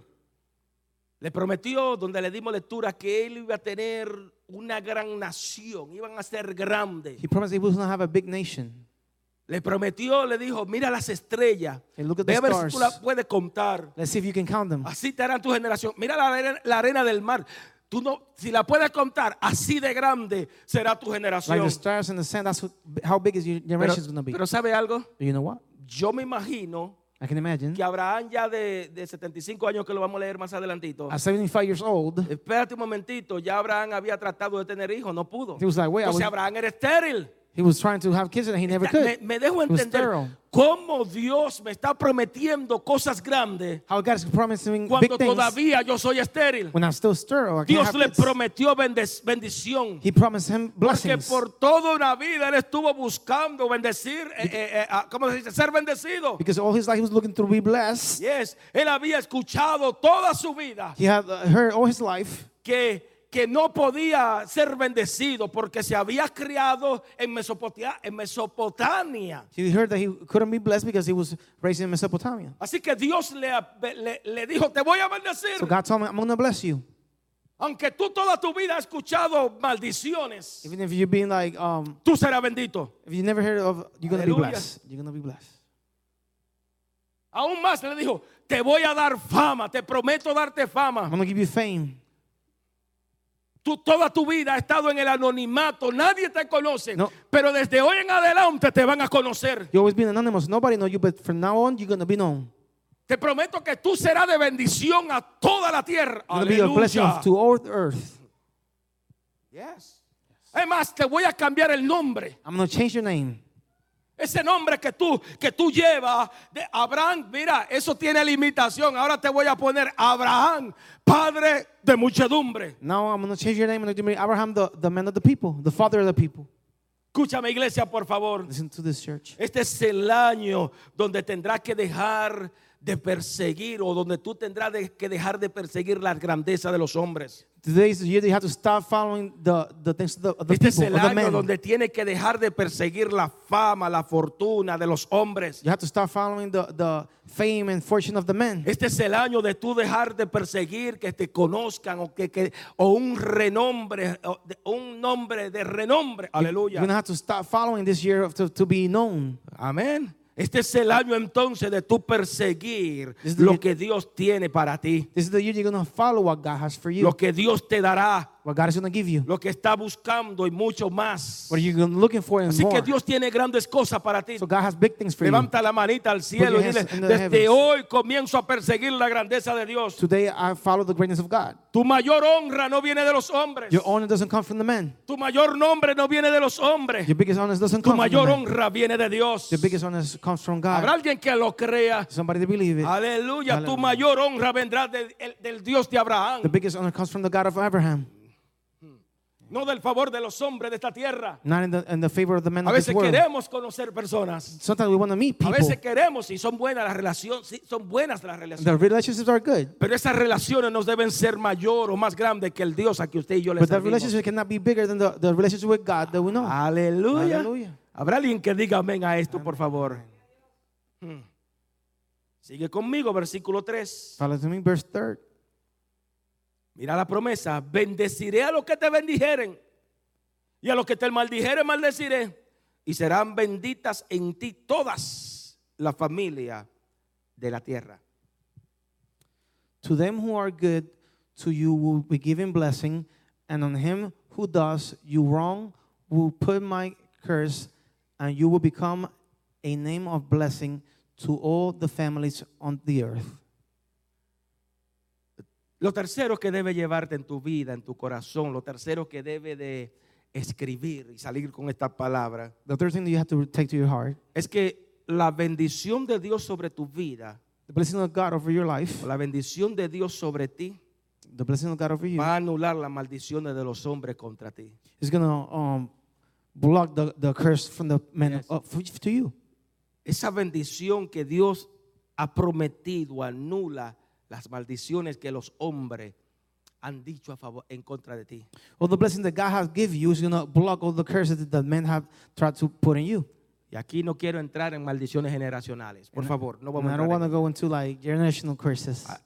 Le prometió, donde le dimos lectura, que él iba a tener una gran nación, iban a ser grandes. He promised he was going to have a big nation. Le prometió, le dijo, mira las estrellas, And look at ve the a ver si tú stars. las puedes contar. Let's see if you can count them. Así te harán tu generación. Mira la arena, la arena del mar. Tú no, si la puedes contar, así de grande será tu Like generación. the stars and the sand, that's what, how big is your Pero, generation is going to be. pero ¿sabe algo? But you know what? Yo me imagino I can imagine. que Abraham ya de, de 75 años, que lo vamos a leer más adelantito. At 75 years old, Espérate un momentito, ya Abraham había tratado de tener hijos, no pudo. He was like, "Wait, I Entonces was- Abraham era estéril. he was trying to have kids and he never Ya, Me, could. me dejo He was entender sterile. cómo Dios me está prometiendo cosas grandes How God is promising big cuando things todavía yo soy estéril. when I'm still sterile. I can't Dios have le kids. prometió bendec- bendición. He promised him Porque blessings. por toda una vida él estuvo buscando bendecir, eh, eh, eh, ah, ¿cómo se dice? Ser bendecido. Because all his life he was looking to be blessed. Yes, él había escuchado toda su vida He had uh, heard all his life que, que no podía ser bendecido porque se había criado en Mesopotamia, en Mesopotamia. He heard that he couldn't be blessed because he was raised in Mesopotamia. Así que Dios le, le, le dijo, te voy a bendecir. So God told him, I'm going to bless you. Aunque tú toda tu vida has escuchado maldiciones, Even if you're being like, um, tú serás bendito. if you never heard of, you're going to be Hallelujah. blessed. You're going to be blessed. Aún más le dijo, te voy a dar fama, te prometo darte I'm fama. going to give you fame. Tú toda tu vida has estado en el anonimato, nadie te conoce, No. pero desde hoy en adelante te van a conocer. You've always been anonymous. Nobody know you, but from now on, you're going to be known. Te prometo que tú serás de bendición a toda la tierra. You're going to be a blessing Aleluya. to all the earth. Yes. Es más, te voy a cambiar el nombre. I'm going to change your name. Ese nombre que tú que tú llevas de Abraham, mira, eso tiene limitación. Ahora te voy a poner Abraham, padre de muchedumbre. Now I'm going to change your name. and I'm going to be Abraham, the, the man of the people, the father of the people. Escúchame, iglesia, por favor. Listen to this church. Este es el año donde tendrás que dejar de perseguir o donde tú tendrás de- que dejar de perseguir la grandeza de los hombres. Today is the year that you have to stop following the, the things of the, of the Este es people, el of the año men. donde tienes que dejar de perseguir la fama, la fortuna de los hombres. You have to stop following the, the fame and fortune of the men. Este es el año de tú dejar de perseguir que te conozcan o que, que- o un renombre, o de- un nombre de renombre. You're going to Aleluya. have to stop following this year of- to, to be known. Amén. Este es el año entonces de tú perseguir This is the- lo que Dios tiene para ti, This is the year you're going to follow what God has for you. lo que Dios te dará. what God is going to give you, lo que está buscando y mucho más. what you're gonna- looking for, and Así more. que Dios tiene grandes cosas para ti. So God has big things for you. Levanta la manita al cielo your y dile, hands in the desde heavens. hoy comienzo a perseguir la grandeza de Dios. Today I follow the greatness of God. Tu mayor honra no viene de los hombres. Your honor doesn't come from the man. Tu mayor nombre no viene de los hombres. Your biggest honor doesn't Tu come from mayor the man. honra viene de Dios. Your biggest honor comes from Habrá God. alguien que lo crea. Somebody to believe it. Aleluya. Tu Aleluya. mayor honra vendrá del, el- del Dios de Abraham. The biggest honor comes from the God of Abraham, No del favor de los hombres de esta tierra. not in the in the favor of the men A of this veces world. queremos conocer personas. Sometimes we want to meet A people. veces queremos y son buenas las relaciones. sí, son buenas las relaciones. The relationships are good, Pero esas relaciones no deben ser mayor o más grande que el Dios a que usted y yo le but that servimos. relationship cannot be bigger than the, the relationship with God that we know. Aleluya. Aleluya. Habrá alguien que diga amén a esto, por favor. Hmm. Sigue conmigo, versículo 3. Follow to me, verse 3. Mira la promesa. Bendeciré a los que te bendijeren. Y a los que te maldijeren, maldeciré. Y serán benditas en ti todas la familia de la tierra. To them who are good, to you will be given blessing, and on him who does you wrong will put my curse, and you will become a name of blessing to all the families on the earth. Lo tercero que debe llevarte en tu vida, en tu corazón, lo tercero que debe de escribir y salir con esta palabra, The third thing that you have to take to your heart, es que la bendición de Dios sobre tu vida, the blessing of God over your life, o la bendición de Dios sobre ti, the blessing of God over you, va a anular las maldiciones de los hombres contra ti. is gonna um, block the, the curse from the men Yes. of- of- to you. Esa bendición que Dios ha prometido anula las maldiciones que los hombres han dicho a favor, en contra de ti. All the blessing that God has given you is gonna block all the curses that the men have tried to put in you. Y aquí no quiero entrar en maldiciones generacionales. Por favor, no And vamos a I don't entrar want en- to go into like generational curses. Ah,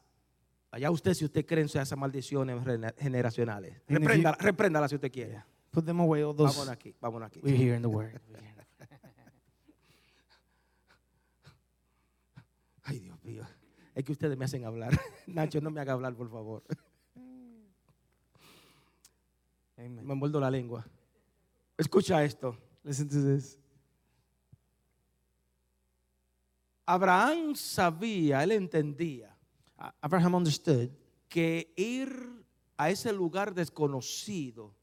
Allá usted, si usted cree en esas maldiciones rena- generacionales, And if you- repréndala, repréndala si usted quiere. Put them away, all Vámonos those aquí, vámonos aquí. we hear in the word. Ay, Dios mío. Es que ustedes me hacen hablar. Nacho, no me haga hablar, por favor. Amen. Me envuelvo la lengua. Escucha esto. Listen to this. Abraham sabía, él entendía A- Abraham understood que ir a ese lugar desconocido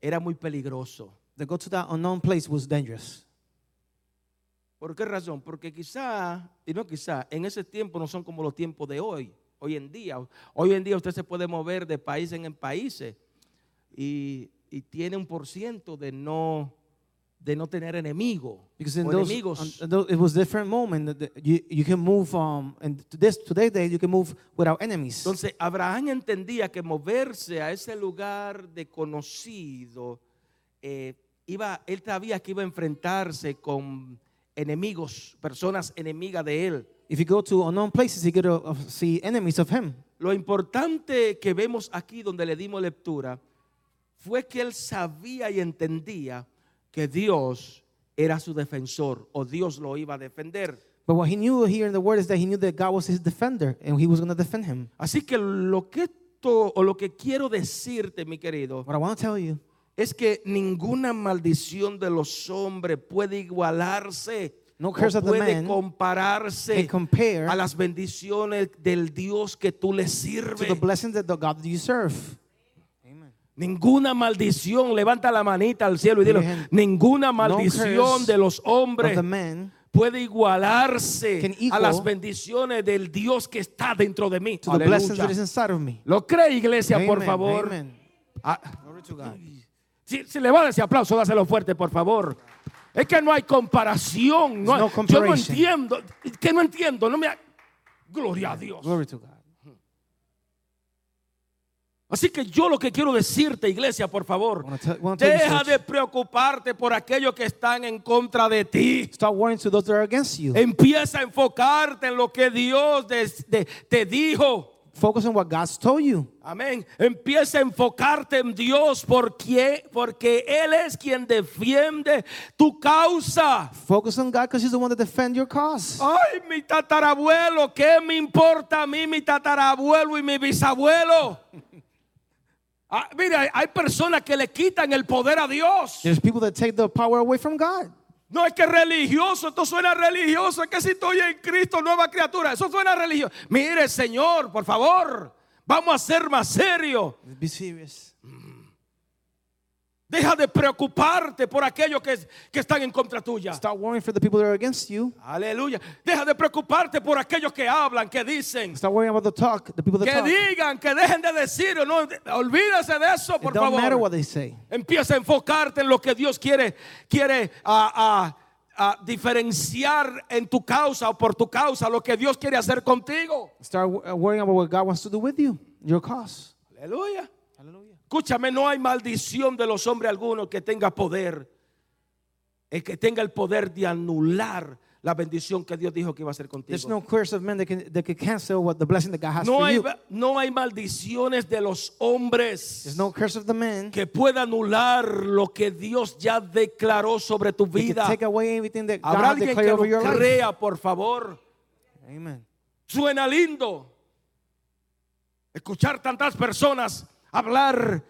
era muy peligroso. that go to that unknown place was dangerous. ¿Por qué razón? Porque quizá, y no quizá, en ese tiempo no son como los tiempos de hoy, hoy en día. Hoy en día usted se puede mover de país en, en países y, y tiene un por ciento de no, de no tener enemigo Because in o those, on- enemigos. on those- it was different moment that the- you, you can move um and to this today day you can move without enemies. Entonces Abraham entendía que moverse a ese lugar desconocido, eh, iba, él sabía que iba a enfrentarse con enemigos, personas enemigas de él. If you go to unknown places, you get to uh, see enemies of him. Lo importante que vemos aquí donde le dimos lectura fue que él sabía y entendía que Dios era su defensor o Dios lo iba a defender. But what he knew here in the word is that he knew that God was his defender and he was going to defend him. Así que lo que esto o lo que quiero decirte, mi querido, What I want to tell you es que ninguna maldición de los hombres puede igualarse No o curse of the puede man compararse can compare a las bendiciones del Dios que tú le to the sirves. blessing that the God that you serve. Ninguna maldición, levanta la manita al cielo y Put your dile, hand. ninguna maldición curse de los Of hombres the man puede igualarse can a equal las bendiciones del Dios que está dentro de mí. to the blessings Aleluya. that is inside of me. Lo cree iglesia, por Amen, favor. amen. Ah, Glory to God. si, si le va a ese aplauso, dáselo fuerte, por favor. Es que no hay comparación. No, no yo no comparison. entiendo. Es que no entiendo. No me ha- Gloria a Dios. Glory to God. Así que yo lo que quiero decirte, iglesia, por favor, Wanna tell- wanna tell you deja church. de preocuparte por aquellos que están en contra de ti. Stop worrying to those that are against you. Empieza a enfocarte en lo que Dios des- de- te dijo. Focus on what God's told you. Amén. Empieza a enfocarte en Dios porque, porque Él es quien defiende tu causa. Focus on God because He's the one that defends your cause. Ay, mi tatarabuelo, ¿qué me importa a mí, mi tatarabuelo y mi bisabuelo? Ah, mira, hay personas que le quitan el poder a Dios. There's people that take the power away from God. No es que religioso, esto suena religioso, es que si estoy en Cristo, nueva criatura, eso suena religioso. Mire, Señor, por favor, vamos a ser más serios. Be serious. Deja de preocuparte por aquellos que, que están en contra tuya. Stop worrying for the people that are against you. Aleluya. Deja de preocuparte por aquellos que hablan, que dicen, Stop worrying about the talk, the people that que talk. It digan, que dejen de decir. No, olvídase de eso, por don't matter favor. what they say. Empieza a enfocarte en lo que Dios quiere, quiere ah, ah, ah, diferenciar en tu causa o por tu causa, lo que Dios quiere hacer contigo. Start wo- uh, worrying about what God wants to do with you, your cause. Aleluya. Hallelujah. Escúchame, no hay maldición de los hombres algunos que tenga poder, el que tenga el poder de anular la bendición que Dios dijo que iba a hacer contigo. There's no curse of men that can that can cancel what the blessing that God has No for hay, you. no hay maldiciones de los There's hombres no curse of the man que pueda anular lo que Dios ya declaró sobre tu that can vida. take away everything that God Habrá alguien declared que over your lo life. crea, por favor. Amen. Suena lindo escuchar tantas personas hablar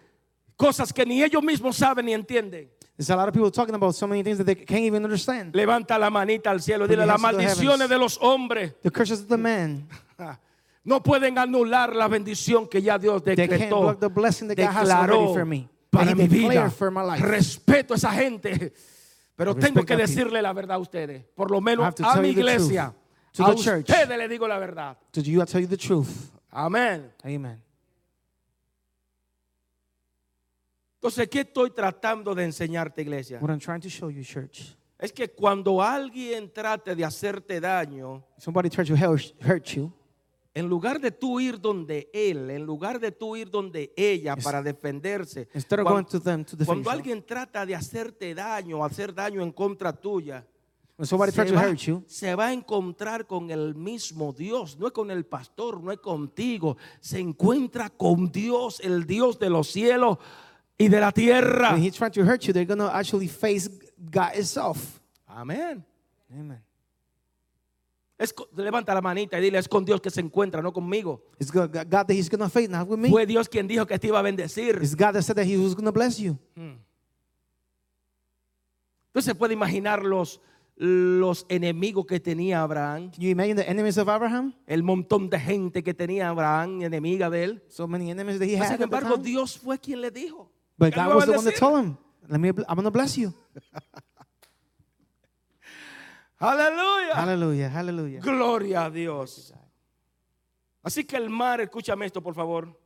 cosas que ni ellos mismos saben ni entienden. There's a lot of people talking about so many things that they can't even understand. Levanta la manita al cielo, Put your dile las hands to the maldiciones heavens." de los hombres. The curses of the man. Ah, No pueden anular la bendición que ya Dios can't decretó, block the blessing that God has declaró already for me, para that mi He vida. declared for my life. Respeto a esa gente, pero I tengo respect que that people. decirle la verdad a ustedes, por lo I menos have to a tell mi you the truth. iglesia, To a the church. ustedes le digo la verdad. To you, I tell you the truth. Amén. Amen. Entonces, ¿qué estoy tratando de enseñarte, iglesia? What I'm trying to show you, church, Es que cuando alguien trate de hacerte daño, somebody tried to hel- hurt you. en lugar de tú ir donde él, en lugar de tú ir donde ella para defenderse, Instead of cuan- going to them to defend cuando you, alguien trata de hacerte daño, hacer daño en contra tuya, when somebody se tried to va, hurt you, se va a encontrar con el mismo Dios, no es con el pastor, no es contigo, se encuentra con Dios, el Dios de los cielos y de la tierra. when he's trying to hurt you, they're gonna actually face God itself. Amén. Amen. Es co- levanta la manita y dile, es con Dios que se encuentra, no conmigo. It's God, God that he's gonna face, not with me. Fue Dios quien dijo que te iba a bendecir. Mm. It's God that said that he was gonna bless you. Entonces se puede imaginar los, los enemigos que tenía Abraham, Can you imagine the enemies of Abraham? el montón de gente que tenía Abraham, enemiga de él. So many enemies that he Mas, had. Sin at the embargo, time. Dios fue quien le dijo. But que lo God iba a was the one that bendecir. told him, "Let me, I'm gonna bless you." Aleluya. Hallelujah, hallelujah. Gloria a Dios. Así que el mar, escúchame esto, por favor.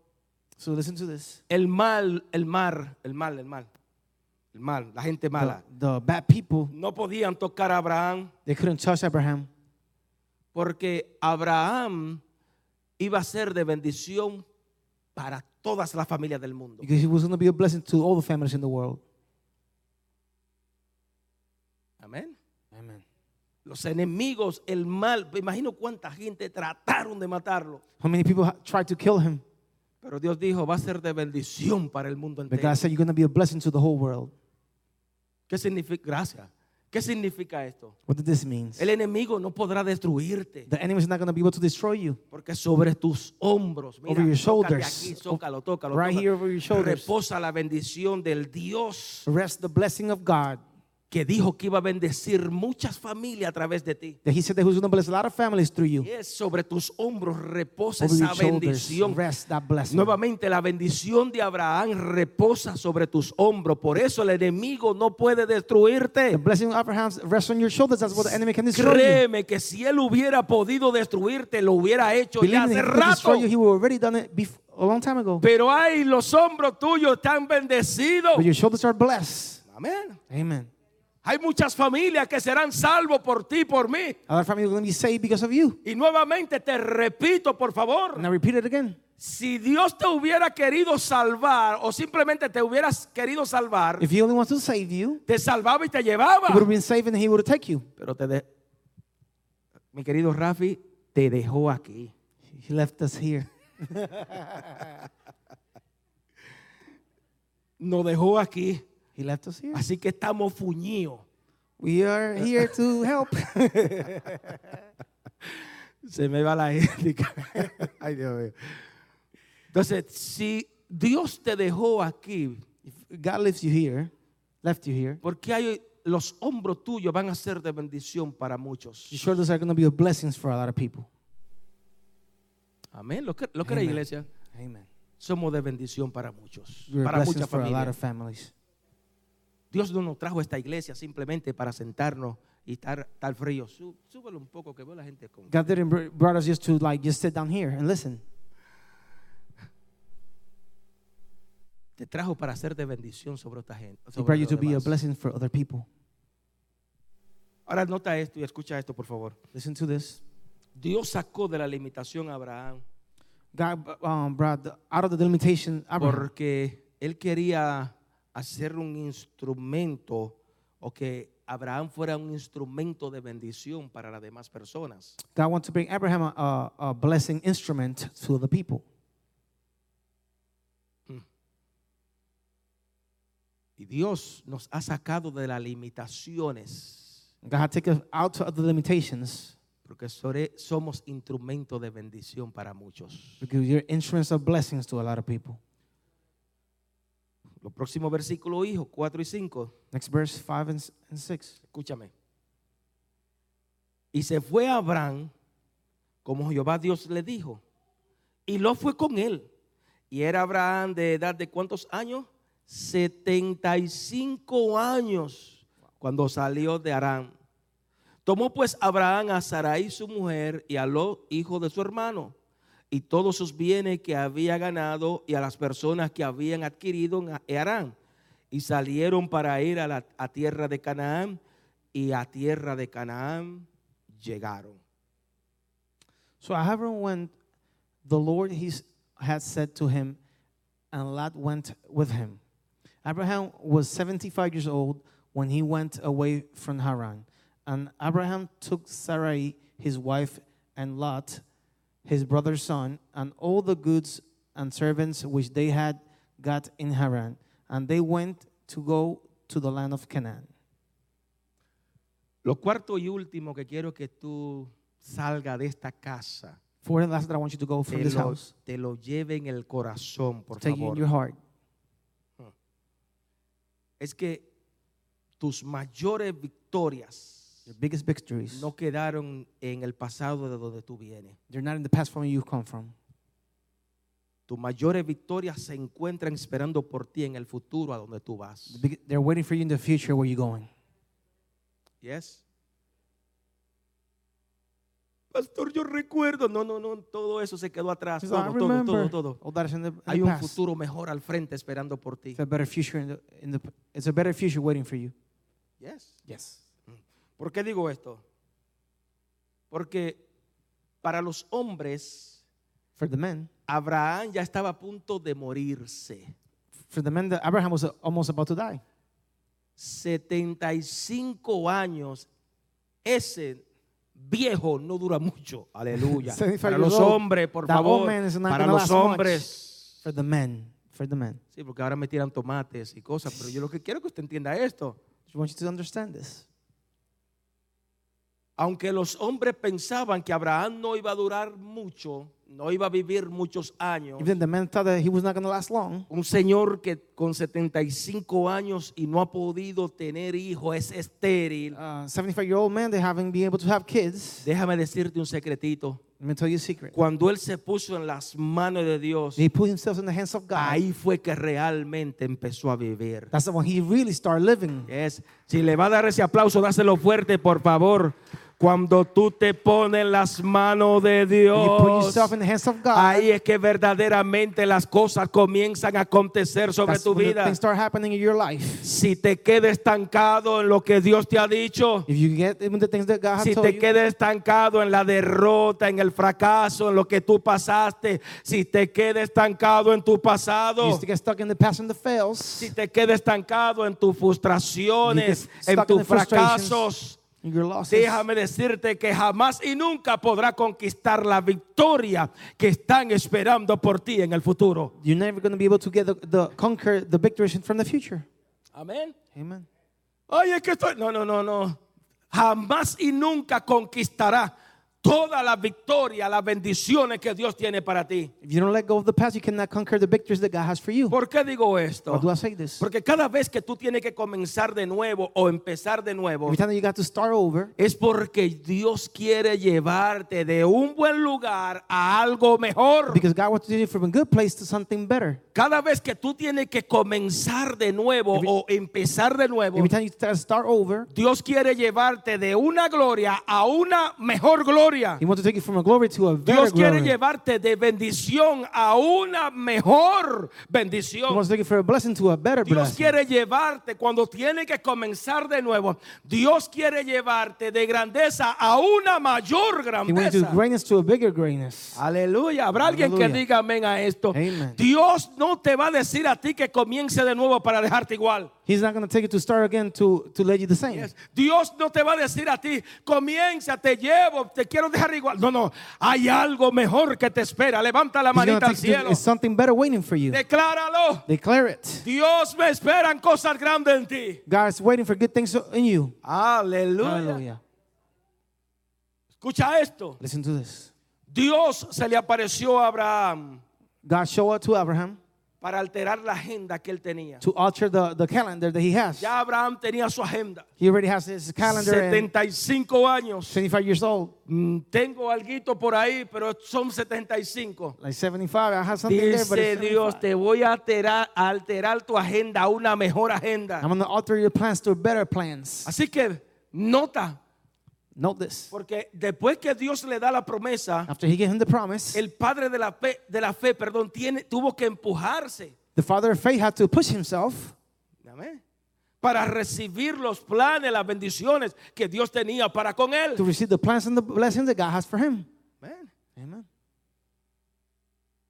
So listen to this. El mal, el mar, el mal, el mal. El mal, la gente The, mala. the bad people No podían tocar a Abraham they couldn't touch Abraham porque Abraham iba a ser de bendición para todas las familias del mundo. because he was gonna be a blessing to all the families in the world. Amén. Amen. Los enemigos, el mal, me imagino cuánta gente trataron de matarlo. How many people ha- tried to kill him? Pero Dios dijo, va a ser de bendición para el mundo But entero. God said, "You're gonna be a blessing to the whole world." ¿Qué significa? Gracias. ¿Qué significa esto? What did this mean? El enemigo no podrá destruirte The enemy is not gonna be able to destroy you. porque sobre tus hombros, mira, Over your tócate shoulders. aquí, zócalo, tócalo, Right tócalo. here over your shoulders. Reposa la bendición del Dios Rest the blessing of God que dijo que iba a bendecir muchas familias a través de ti. that He said that He was gonna bless a lot of families through you. Es sobre tus hombros reposa Over esa your shoulders, bendición. rest that blessing. Nuevamente la bendición de Abraham reposa sobre tus hombros. Por eso el enemigo no puede The destruirte. blessing of Abraham rests on your shoulders. That's what the enemy can destroy you. Créeme que si él hubiera podido destruirte, lo hubiera hecho Believe ya me, if hace he could destroy rato. you, he would already done it bef- a long time ago. Pero ay, los hombros tuyos están bendecidos. But your shoulders are blessed. Amén. Amen. Hay muchas familias que serán salvos por ti, por mí. A lot of families are going to be saved because of you. Y nuevamente te repito, por favor, And I repeat it again. si Dios te hubiera querido salvar o simplemente te hubieras querido salvar, If he only wants to save you, te salvaba y te he would llevaba. have been saved and he would have taken you. Pero te de- mi querido Rafi te dejó aquí. He left us here. Nos dejó aquí. He left us here. Así que estamos fuñidos. We are here to help. Se me va la ética. Ay, Dios mío. Entonces, si Dios te dejó aquí, If God leaves you here, left you here, porque hay, los hombros tuyos van a ser de bendición para muchos. the shoulders are going to be a blessings for a lot of people. Amén. Lo, cre- lo cree, Amen. iglesia. Amen. Somos de bendición para muchos, We're para blessings muchas for a lot familias. of families. Dios no nos trajo a esta iglesia simplemente para sentarnos y estar tal frío. Sú- súbelo un poco que veo la gente con. God didn't br- brought us just to like just sit down here and listen. Te trajo para ser de bendición sobre esta gente. He sobre brought you los to be a demás. blessing for other people. Ahora nota esto y escucha esto, por favor. Listen to this. Dios sacó de la limitación a Abraham God um, brought the- out of the limitation Abraham, porque él quería hacer un instrumento o que Abraham fuera un instrumento de bendición para las demás personas. God wants to bring Abraham a, a, a blessing instrument to the people. Y Dios nos ha sacado de las limitaciones God take us out of the limitations porque sobre- somos instrumento de bendición para muchos. because you're instruments of blessings to a lot of people. Los próximos versículos, hijo, 4 y 5. Next verse five and, s- and six. Escúchame. Y se fue Abraham, como Jehová Dios le dijo. Y Lot fue con él. Y era Abraham de edad de cuántos años? 75 años cuando salió de Arán. Tomó pues Abraham a Sarai su mujer y a Lot, hijo de su hermano, y todos sus bienes que había ganado y a las personas que habían adquirido en Arán. Y salieron para ir a la a tierra de Canaán y a tierra de Canaán llegaron. So Abraham went, the Lord he's, had said to him, and Lot went with him. Abraham was 75 years old when he went away from Haran. And Abraham took Sarai, his wife, and Lot, his brother's son, and all the goods and servants which they had got in Haran. And they went to go to the land of Canaan. Lo cuarto y último que quiero que tú salga de esta casa, For the last that I want you to go from te this lo, house, te lo lleve en el corazón, por take you in favor. your heart. es que tus mayores victorias Your biggest victories. no quedaron en el pasado de donde tú vienes. They're not in the past from where you come from. Tus mayores victorias se encuentran esperando por ti en el futuro a donde tú vas. The big- They're waiting for you in the future where you're going. Yes. Pastor, yo recuerdo. No, no, no, todo eso se quedó atrás. He's Todo, like, "I todo, todo, remember todo. All that is in the, in Hay the un past. futuro mejor al frente esperando por ti. It's a better future in the, in the it's a better future waiting for you. Yes. Yes. ¿Por qué digo esto? Porque para los hombres, For the men, Abraham ya estaba a punto de morirse. for the men that Abraham was uh, almost about to die. 75 años, ese viejo no dura mucho. Aleluya. 75 para years los old, hombres, por that old favor. man is not Para gonna los last much. hombres. For the men, for the men. Sí, porque ahora me tiran tomates y cosas, pero yo lo que quiero es que usted entienda esto. I want you to understand this. Aunque los hombres pensaban que Abraham no iba a durar mucho, no iba a vivir muchos años, Even the men thought that he was not going to last long. un señor que con 75 años y no ha podido tener hijos es estéril. Uh, 75 year old man, they haven't been able to have kids. Déjame decirte un secretito. Let me tell you a secret. Cuando él se puso en las manos de Dios, They put themselves in the hands of God. ahí fue que realmente empezó a vivir. That's when he really started living. Yes. Si le va a dar ese aplauso, dáselo fuerte, por favor. Cuando tú te pones en las manos de When You put Dios, yourself in the hands of God. ahí es que verdaderamente las cosas comienzan a acontecer sobre That's tu when the vida. Things start happening in your life. Si te quedas estancado en lo que Dios te ha dicho, If you get even the things that God has Si told te you, quedas estancado en la derrota, en el fracaso, en lo que tú pasaste, si te quedas estancado en tu you pasado, used to get stuck in the past and the fails. si te quedas estancado en tus frustraciones, You get en stuck in tus the frustrations. fracasos, in your losses. déjame decirte que jamás y nunca podrá conquistar la victoria que están esperando por ti en el futuro. You're never going to be able to get the, the conquer the victories from the future. Amén. Amen. Ay, es que estoy. No, no, no, no. Jamás y nunca conquistará toda la victoria, las bendiciones que Dios tiene para ti. If you don't let go of the past, you cannot conquer the victories that God has for you. ¿Por qué digo Why esto? do I say this? Porque cada vez que tú tienes que comenzar de nuevo o empezar de nuevo, Every time that you got to start over, es porque Dios quiere llevarte de un buen lugar a algo mejor. because God wants to take you from a good place to something better. Cada vez que tú tienes que comenzar de nuevo o empezar de nuevo, Every time you start start over, Dios quiere llevarte de una gloria a una mejor gloria. He wants to take you from a glory to a better Dios quiere glory. He llevarte de bendición a una mejor bendición. wants to take you from a blessing to a better Dios blessing. quiere llevarte cuando tiene que comenzar de nuevo. Dios quiere llevarte de grandeza a una mayor He wants to grandeza. greatness to a bigger greatness. Aleluya. Habrá alguien que Aleluya. diga amén a esto. Amen. Dios no te va a decir a ti que comience de nuevo para dejarte igual. He's not going to take you to start again to, to let you the same. Yes. Dios no te va a decir a ti, comienza, te llevo, te quiero dejar igual. No, no, hay algo mejor que te espera. Levanta la He's gonna manita al take you to- cielo. it's something better waiting for you. Decláralo. Declare it. Dios me esperan cosas grandes en ti. God's waiting for good things in you. Aleluya. Hallelujah. Escucha esto. Listen to this. Dios se le apareció a Abraham God showed up to Abraham para alterar la agenda que él tenía. to alter the, the calendar that he has. Ya Abraham tenía su agenda. He already has his calendar and 75 años. 75 years old, Mm, Tengo algo por ahí, pero son 75. like 75. I have something there, but Dice it's Dios, 75. te voy a alterar, a alterar tu agenda a una mejor agenda. I'm going to alter your plans to better plans. Así que nota, Note this. porque después que Dios le da la promesa, After he gave him the promise, el padre de la fe, de la fe perdón, tiene, tuvo que empujarse the father of faith had to push himself amén, para recibir los planes, las bendiciones que Dios tenía para con to él. receive the plans and the blessings that God has for him. Amén. Amen.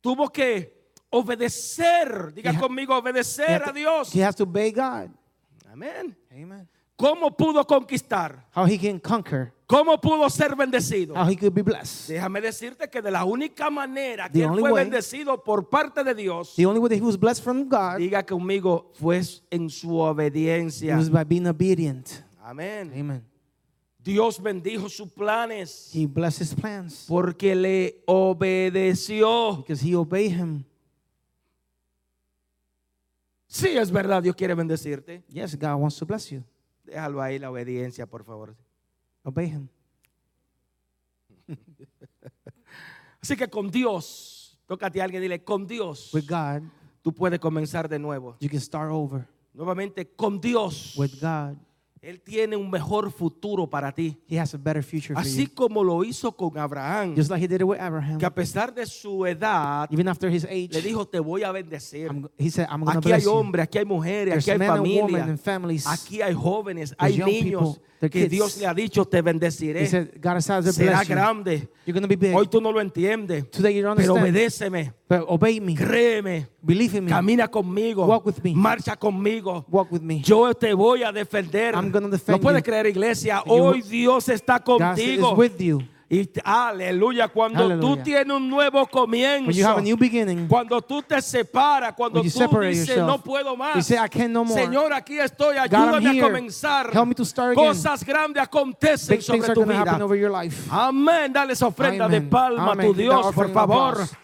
Tuvo que obedecer, diga He ha- conmigo, He obedecer had a to- Dios. He has to obey God. Amén. Amen. ¿Cómo pudo conquistar? How he can conquer, ¿Cómo pudo ser bendecido? how he could be blessed. Déjame decirte que de la única manera The que él only fue way- bendecido por parte de Dios, The only way that he was blessed from God diga conmigo, fue en su It obediencia. was by being obedient. Amén. Amen. Dios bendijo sus planes He blessed his plans porque le obedeció. because he obeyed him. Sí, es verdad, Dios quiere bendecirte. Yes, God wants to bless you. Déjalo ahí la obediencia, por favor. Obey him. Así que con Dios, tócate a alguien, dile, con Dios, With God, tú puedes comenzar de nuevo. you can start over. Nuevamente, con Dios, With God, Él tiene un mejor futuro para ti. he has a better future for Así you. como lo hizo con Abraham. Just like he did it with Abraham. que a pesar de su edad, Even after his age, le dijo, te voy a bendecir. I'm- he said, I'm going to Aquí hay bless you. hombres, aquí hay mujeres, There's aquí hay men and women familia, and families. aquí hay jóvenes, There's hay young niños people, their que kids. Dios le ha dicho, te bendeciré. He said, God has to Será bless you. grande. You're going to be big. Hoy tú no lo entiendes, Today you don't pero understand. obedéceme, But obey me. créeme, Believe in me. camina conmigo, Walk with me. marcha conmigo. Walk with me. Yo te voy a defender. I'm gonna no defend puedes you. creer, iglesia. You- Hoy Dios está God is contigo. with you. Y t- aleluya, cuando tú Hallelujah. tienes un nuevo When you have comienzo, a new beginning, cuando tú te separas, cuando When you tú separate dices yourself, no puedo más, you say, "I can no more." Señor, aquí estoy, I'm ayúdame a here. comenzar. Help me to start again. Cosas grandes acontecen big things sobre are tu going to happen vida. over your life. Amén. Dale esa ofrenda de Amen. palma Amen. a tu Give that Dios, por offering favor. applause.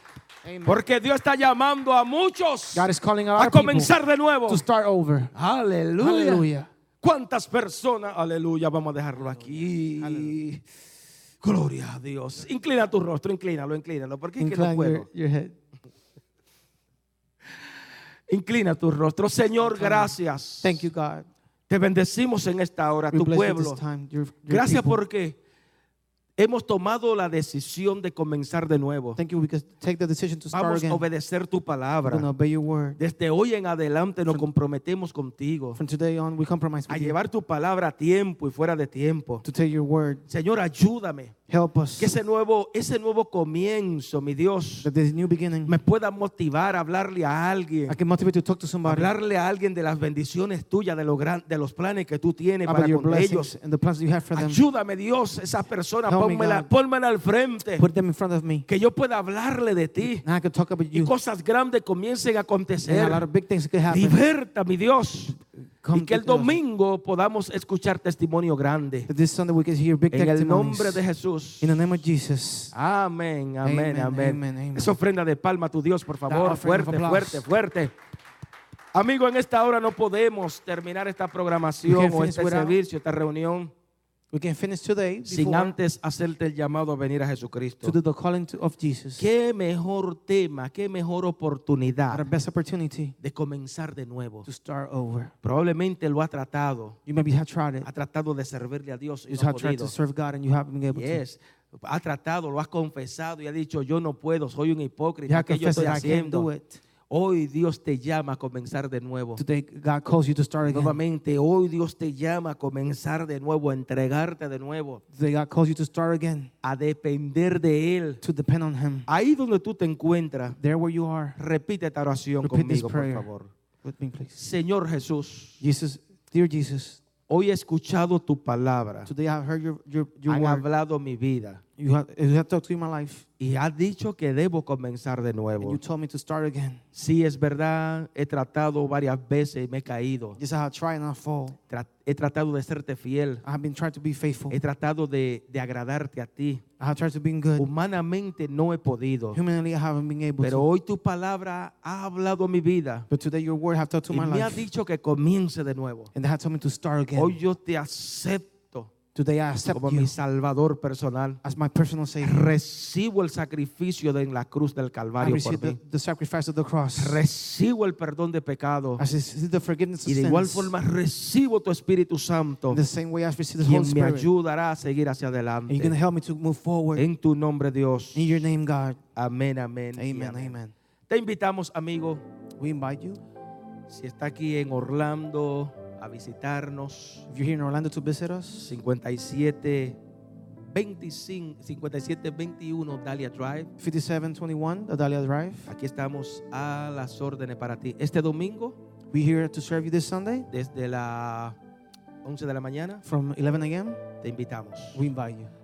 Amen. Porque Dios está llamando a muchos God is calling a our comenzar de nuevo. people to start over. Aleluya. Aleluya. ¿Cuántas personas? Aleluya. Vamos a dejarlo aquí. Gloria a Dios. Inclina tu rostro, inclínalo, inclínalo. Porque es que no Incline your, puedo. your head. Inclina tu rostro. Señor, gracias. Thank you, God. Te bendecimos en esta hora, We tu bless you pueblo. this time. Your, your Gracias people. porque hemos tomado la decisión de comenzar de nuevo. Thank you because take the decision to start Vamos again. a obedecer tu We're going to palabra. obey your word. Desde hoy en adelante nos comprometemos contigo From today on, we compromise a with you llevar tu palabra a tiempo y fuera de tiempo. to take your word. Señor, ayúdame. Help us Que ese nuevo, ese nuevo comienzo, mi Dios, that this new beginning, me pueda motivar a hablarle a alguien. I can motivate you to talk to somebody Hablarle a alguien de las bendiciones tuyas, de, los gran- de los planes que tú tienes para about your con blessings ellos. and the plans you have for them. Ayúdame, Dios, esa persona, Help me, pónmela, God. pónmela al frente. Put them in front of me. Que yo pueda hablarle de ti. And I can talk about Y you. cosas grandes comiencen And a a lot acontecer. of big things could happen. Liberta, mi Dios. Come y que el to us. domingo podamos escuchar testimonio grande. That This Sunday we can hear big En el nombre testimonies. de Jesús. In the name of Jesus. Amén, amén, Amen, amén. amen, amen. Esa ofrenda de palma a tu Dios, por favor. offering of Fuerte, applause. fuerte, fuerte. Amigo, en esta hora no podemos terminar esta We programación can o finish este without- servicio, esta reunión, We can finish today sin before antes hacerte el llamado a venir a to Jesucristo. do the calling to, of Jesus. Qué mejor tema, qué mejor Our oportunidad best opportunity de comenzar de nuevo. to start over. Probablemente lo ha tratado, You maybe have tried it. ha tratado de servirle a Dios y You no ha have tried to podido. serve God and you haven't been able to. Yes. Ha tratado, lo has confesado y ha dicho, yo no puedo, soy un You hipócrita, have ¿qué yo confessed estoy that I can't do haciendo? it. Hoy Dios te llama a comenzar de nuevo. Today God calls you to start again. Nuevamente, hoy Dios te llama a comenzar de nuevo, a entregarte de nuevo, Today God calls you to start again. a depender de Él. To depend on Him. Ahí donde tú te encuentras, There where you are. repite esta oración Repeat this conmigo, por prayer. favor. With me, please. Señor Jesús, Jesus, dear Jesus, hoy he escuchado tu palabra, today I've heard your your, your han word. hablado mi vida You have, you have talked to me in my life, y has dicho que debo comenzar de and nuevo. you told me to start again. Sí, es verdad, he tratado varias veces y me he caído. Yes, I have tried and I fall. Tra- He tratado de serte fiel, I have been trying to be faithful. he tratado de, de agradarte a ti. I have tried to be good. Humanamente no he podido, Humanly, I haven't been able Oh, pero to. hoy tu palabra ha hablado mi vida But today, your word have talked to y my me ha life, dicho que comience de nuevo. and they have told me to start Hoy again. yo te acepto Today, I accept como mi you salvador personal. as my personal Savior. Recibo el sacrificio de en la cruz del I Calvario receive por the, mí. the sacrifice of the cross. Recibo el perdón de pecado I receive the forgiveness of y de igual sins. forma recibo tu Espíritu Santo, In the same way, I receive the Holy quien me Spirit. And ayudará a seguir hacia adelante. you're going to help me to move forward. In En tu nombre, Dios. your name, God. Amén, amén. y Amen. Amen. Te invitamos, amigo, We invite you. si está aquí en Orlando, a visitarnos. If you're here in Orlando to visit us, 57 25 57 21 Dahlia Drive. 5721 Adalia Drive. Aquí estamos a las órdenes para ti. Este domingo, We're here to serve you this Sunday desde las 11 de la mañana, from 11 a.m. te invitamos. We invite you.